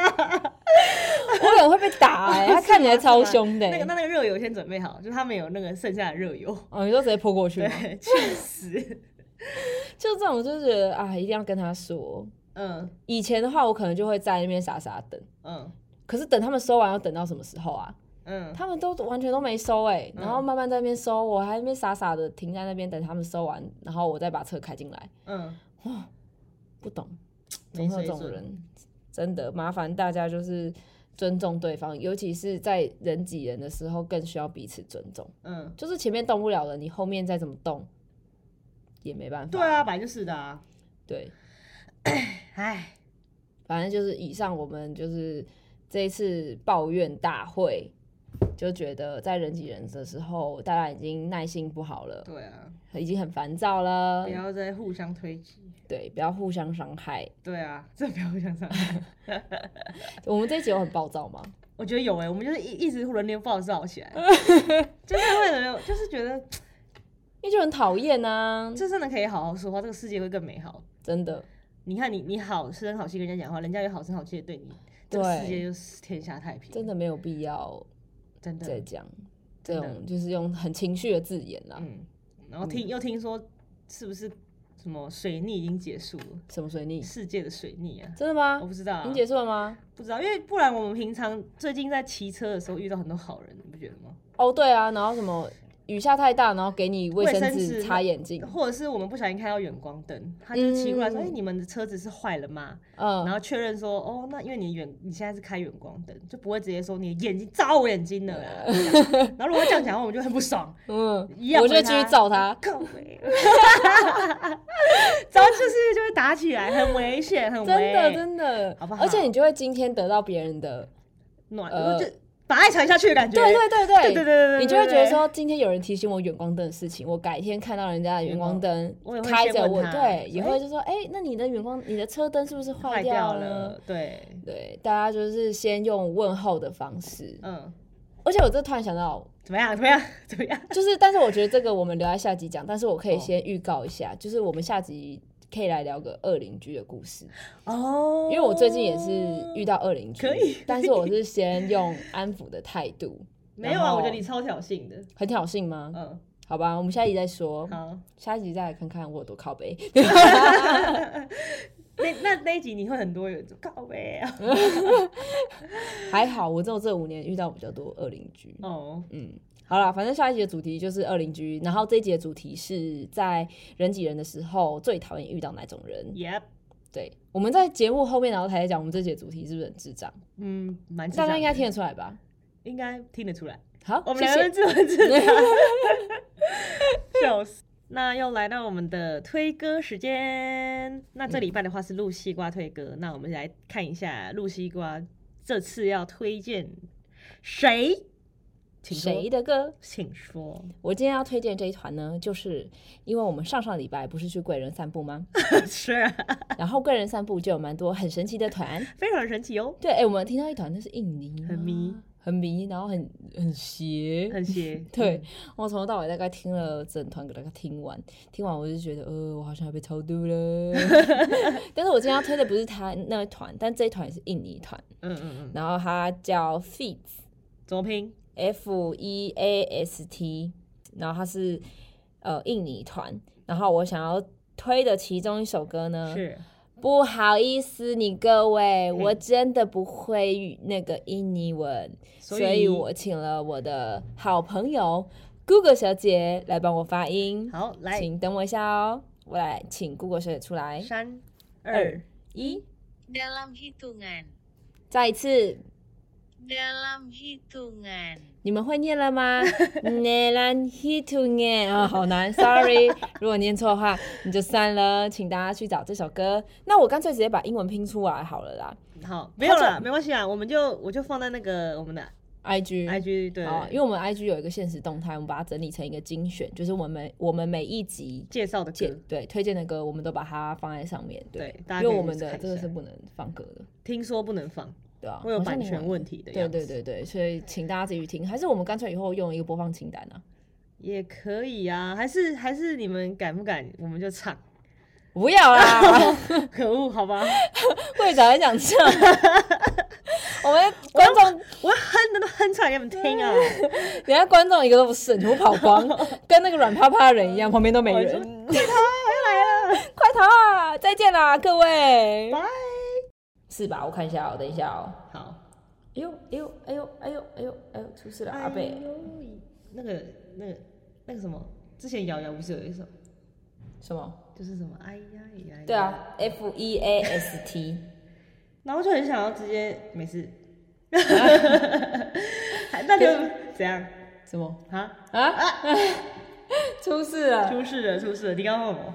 [SPEAKER 1] 我可能会被 打哎、他看起来超凶的、
[SPEAKER 2] 那个那
[SPEAKER 1] 欸。
[SPEAKER 2] 那个热油先准备好，就是他们有那个剩下的热油，
[SPEAKER 1] 哦，你就直接泼过去
[SPEAKER 2] 对
[SPEAKER 1] 吗？，
[SPEAKER 2] 气死。
[SPEAKER 1] 就这种，就觉得啊，一定要跟他说。
[SPEAKER 2] 嗯
[SPEAKER 1] 以前的话，我可能就会在那边傻傻等，
[SPEAKER 2] 嗯
[SPEAKER 1] 可是等他们收完要等到什么时候啊？
[SPEAKER 2] 嗯，
[SPEAKER 1] 他们都完全都没收哎、然后慢慢在那边收，我还在那边傻傻的停在那边等他们收完，然后我再把车开进来。
[SPEAKER 2] 嗯，
[SPEAKER 1] 不懂，
[SPEAKER 2] 没
[SPEAKER 1] 总会有
[SPEAKER 2] 水
[SPEAKER 1] 这种
[SPEAKER 2] 准
[SPEAKER 1] 人，真的麻烦大家就是尊重对方，尤其是在人挤人的时候，更需要彼此尊重。
[SPEAKER 2] 嗯，
[SPEAKER 1] 就是前面动不了了，你后面再怎么动也没办法。
[SPEAKER 2] 对啊，本来就是的啊。
[SPEAKER 1] 对，
[SPEAKER 2] 唉，
[SPEAKER 1] 反正就是以上我们就是这一次抱怨大会。就觉得在人挤人的时候，大家已经耐心不好了，
[SPEAKER 2] 对啊，
[SPEAKER 1] 已经很烦躁了
[SPEAKER 2] 不。要再互相推挤。
[SPEAKER 1] 对，不要互相伤害。
[SPEAKER 2] 对啊，真的不要互相伤害。
[SPEAKER 1] 我们这一集有很暴躁吗？
[SPEAKER 2] 我觉得有哎、我们就是一一直轮流暴躁起来，就是会轮流，就是觉得
[SPEAKER 1] 因为就很讨厌啊，
[SPEAKER 2] 这真的可以好好说话，这个世界会更美好。
[SPEAKER 1] 真的。
[SPEAKER 2] 你看你，你好声好气跟人家讲话，人家也好声好气的对你，这个
[SPEAKER 1] 对
[SPEAKER 2] 世界就是天下太平。
[SPEAKER 1] 真的没有必要
[SPEAKER 2] 真的，
[SPEAKER 1] 再讲这
[SPEAKER 2] 真的嗯
[SPEAKER 1] 种，就是用很情绪的字眼啦。啊
[SPEAKER 2] 嗯。然后听、又听说，是不是什么水逆已经结束了，
[SPEAKER 1] 什么水逆？
[SPEAKER 2] 世界的水逆啊，
[SPEAKER 1] 真的吗
[SPEAKER 2] 我？不知道、啊
[SPEAKER 1] 已经，结束了吗？
[SPEAKER 2] 不知道，因为不然我们平常最近在骑车的时候遇到很多好人，你不觉得吗？
[SPEAKER 1] 哦，对啊，然后什么雨下太大，然后给你卫生
[SPEAKER 2] 卫生
[SPEAKER 1] 纸
[SPEAKER 2] 纸
[SPEAKER 1] 擦眼睛，
[SPEAKER 2] 或者是我们不小心看到远光灯，他就是骑过来说：“
[SPEAKER 1] 嗯
[SPEAKER 2] 哎、你们的车子是坏了吗？”然
[SPEAKER 1] 嗯，
[SPEAKER 2] 后确认说：“哦，那因为你远你现在是开远光灯，就不会直接说你的眼睛照我眼睛 了啦。”然后如果这样讲的话，我们就很不爽，
[SPEAKER 1] 嗯，
[SPEAKER 2] 一样啊
[SPEAKER 1] 我就
[SPEAKER 2] 回
[SPEAKER 1] 继
[SPEAKER 2] 他
[SPEAKER 1] 续照他。
[SPEAKER 2] 靠北， 然后就是就会打起来，很危险，很
[SPEAKER 1] 真
[SPEAKER 2] 危
[SPEAKER 1] 的真的，
[SPEAKER 2] 欸好不
[SPEAKER 1] 而且
[SPEAKER 2] 好
[SPEAKER 1] 你就会今天得到别人的，
[SPEAKER 2] 暖，
[SPEAKER 1] 呃
[SPEAKER 2] 就把爱传下去的感觉。
[SPEAKER 1] 对对对对
[SPEAKER 2] 对对对对
[SPEAKER 1] 你就会觉得
[SPEAKER 2] 对
[SPEAKER 1] 说今天有人提醒我远光灯的事情，我改天看到人家的远光灯
[SPEAKER 2] 嗯我也会
[SPEAKER 1] 开
[SPEAKER 2] 先
[SPEAKER 1] 着，
[SPEAKER 2] 问
[SPEAKER 1] 我
[SPEAKER 2] 他
[SPEAKER 1] 对也
[SPEAKER 2] 说
[SPEAKER 1] 会就说，哎，那你的远光你的车灯是不是坏
[SPEAKER 2] 坏掉
[SPEAKER 1] 了
[SPEAKER 2] 了？，对，
[SPEAKER 1] 对，大家就是先用问候的方式，
[SPEAKER 2] 嗯，
[SPEAKER 1] 而且我这突然想到，
[SPEAKER 2] 怎么样？怎么样？怎么样？
[SPEAKER 1] 就是，但是我觉得这个我们留在下集讲，但是我可以
[SPEAKER 2] 哦
[SPEAKER 1] 先预告一下，就是我们下集可以来聊个二邻居的故事，
[SPEAKER 2] 哦
[SPEAKER 1] 因为我最近也是遇到二邻居，
[SPEAKER 2] 可以
[SPEAKER 1] 但是我是先用安抚的态度，
[SPEAKER 2] 没有
[SPEAKER 1] 然
[SPEAKER 2] 啊，
[SPEAKER 1] 后
[SPEAKER 2] 我觉得你超挑衅的。
[SPEAKER 1] 很挑衅吗？
[SPEAKER 2] 嗯，
[SPEAKER 1] 好吧，我们下一集再说，
[SPEAKER 2] 好，
[SPEAKER 1] 下一集再来看看我有多靠背。
[SPEAKER 2] 那那那一集你会很多有一种告白啊。
[SPEAKER 1] 还好我只有这五年遇到比较多二邻居，
[SPEAKER 2] 哦，
[SPEAKER 1] 嗯。好啦，反正下一集的主题就是二邻居，然后这一集的主题是在人挤人的时候最讨厌遇到哪种人。
[SPEAKER 2] 耶，
[SPEAKER 1] 对，我们在节目后面，然后才在讲我们这节主题是不是很智障？
[SPEAKER 2] 嗯，蛮智
[SPEAKER 1] 大
[SPEAKER 2] 障的
[SPEAKER 1] 家应该听得出来吧？
[SPEAKER 2] 应该听得出来。
[SPEAKER 1] 好，
[SPEAKER 2] 我们
[SPEAKER 1] 谢
[SPEAKER 2] 两
[SPEAKER 1] 谢
[SPEAKER 2] 个人自问 自答，笑死。那又来到我们的推歌时间，那这礼拜的话是露西瓜推歌，那我们来看一下露西瓜这次要推荐谁？请说
[SPEAKER 1] 谁？的歌？
[SPEAKER 2] 请说。
[SPEAKER 1] 我今天要推荐这一团呢，就是因为我们上上礼拜不是去贵人散步吗？
[SPEAKER 2] 是啊，
[SPEAKER 1] 然后贵人散步就有蛮多很神奇的团。
[SPEAKER 2] 非常神奇哦，
[SPEAKER 1] 对，哎、我们听到一团那是印尼吗，
[SPEAKER 2] 很迷
[SPEAKER 1] 很迷，然后很很邪，
[SPEAKER 2] 很邪。
[SPEAKER 1] 对我从头到尾大概听了整团，给大家听完，听完我就觉得，呃，我好像要被超度了。 但是我今天要推的不是他那一团，但这一团也是印尼团，
[SPEAKER 2] 嗯，嗯嗯嗯，
[SPEAKER 1] 然后它叫 Feast
[SPEAKER 2] 怎么拼？
[SPEAKER 1] F E A S T，然后它是呃印尼团，然后我想要推的其中一首歌呢，
[SPEAKER 2] 是
[SPEAKER 1] 不好意思你各位，
[SPEAKER 2] 嗯
[SPEAKER 1] 我真的不会那个印尼文，所
[SPEAKER 2] 所
[SPEAKER 1] 以
[SPEAKER 2] 以
[SPEAKER 1] 我请了我的好朋友 Google 小姐来帮我发音，
[SPEAKER 2] 好，来
[SPEAKER 1] 请等我一下哦，我来请 Google 小姐出来，
[SPEAKER 2] 三
[SPEAKER 1] 二
[SPEAKER 2] 二
[SPEAKER 1] 一，
[SPEAKER 3] Dalam hitungan,
[SPEAKER 1] 再一次
[SPEAKER 3] dalam hitungan,
[SPEAKER 1] 你们会念了 吗 n e l a n hitu n e 啊，好难，sorry，如果念错的话你就算了，请大家去找这首歌。那我干脆直接把英文拼出来好了啦
[SPEAKER 2] 好，没有
[SPEAKER 1] 他就
[SPEAKER 2] 了，没关系啊，我们就我就放在那个我们的
[SPEAKER 1] ，IG。
[SPEAKER 2] IG 对，
[SPEAKER 1] 好，因为我们 IG 有一个现实动态，我们把它整理成一个精选，就是我们每我们每一集
[SPEAKER 2] 介绍的
[SPEAKER 1] 介
[SPEAKER 2] 歌，
[SPEAKER 1] 对推荐的歌，我们都把它放在上面。对
[SPEAKER 2] 对大，家
[SPEAKER 1] 因
[SPEAKER 2] 可
[SPEAKER 1] 为
[SPEAKER 2] 以
[SPEAKER 1] 我们
[SPEAKER 2] 去
[SPEAKER 1] 的
[SPEAKER 2] 看一
[SPEAKER 1] 这个
[SPEAKER 2] 下
[SPEAKER 1] 是不能放歌的，
[SPEAKER 2] 听说不能放，
[SPEAKER 1] 对啊，
[SPEAKER 2] 会有
[SPEAKER 1] 好像
[SPEAKER 2] 版
[SPEAKER 1] 你
[SPEAKER 2] 权
[SPEAKER 1] 们
[SPEAKER 2] 问题的
[SPEAKER 1] 对
[SPEAKER 2] 样
[SPEAKER 1] 对
[SPEAKER 2] 子
[SPEAKER 1] 对对，所以请大家自己去听，还是我们干脆以后用一个播放清单啊？
[SPEAKER 2] 也可以啊，还是还是你们敢不敢，我们就唱，
[SPEAKER 1] 不要啦，
[SPEAKER 2] 可恶，好吧，
[SPEAKER 1] 会长还想唱，我们观众，
[SPEAKER 2] 我哼的都哼出来给你们听啊，
[SPEAKER 1] 人家观众一个都不是，全部跑 光，跟那个软趴趴的人一样，旁边都没
[SPEAKER 2] 我
[SPEAKER 1] 人
[SPEAKER 2] 就，
[SPEAKER 1] 快逃啊！再见啦，各位，
[SPEAKER 2] 拜，
[SPEAKER 1] 是吧？我看一下哦，等一下哦。
[SPEAKER 2] 好，
[SPEAKER 1] 哎呦哎呦哎呦哎呦哎呦哎呦，出事了！阿
[SPEAKER 2] 哎
[SPEAKER 1] 贝，
[SPEAKER 2] 呦那个那个那个什么，之前瑶瑶不是有一首，
[SPEAKER 1] 什么？
[SPEAKER 2] 就是什么，哎呀哎呀，哎呀
[SPEAKER 1] 对，啊，F E A S T，
[SPEAKER 2] 然后就很想要直接 没事，还那就怎样
[SPEAKER 1] 什么
[SPEAKER 2] 啊？
[SPEAKER 1] 啊？出事了！呃
[SPEAKER 2] 出事了，出事了！你刚刚问我，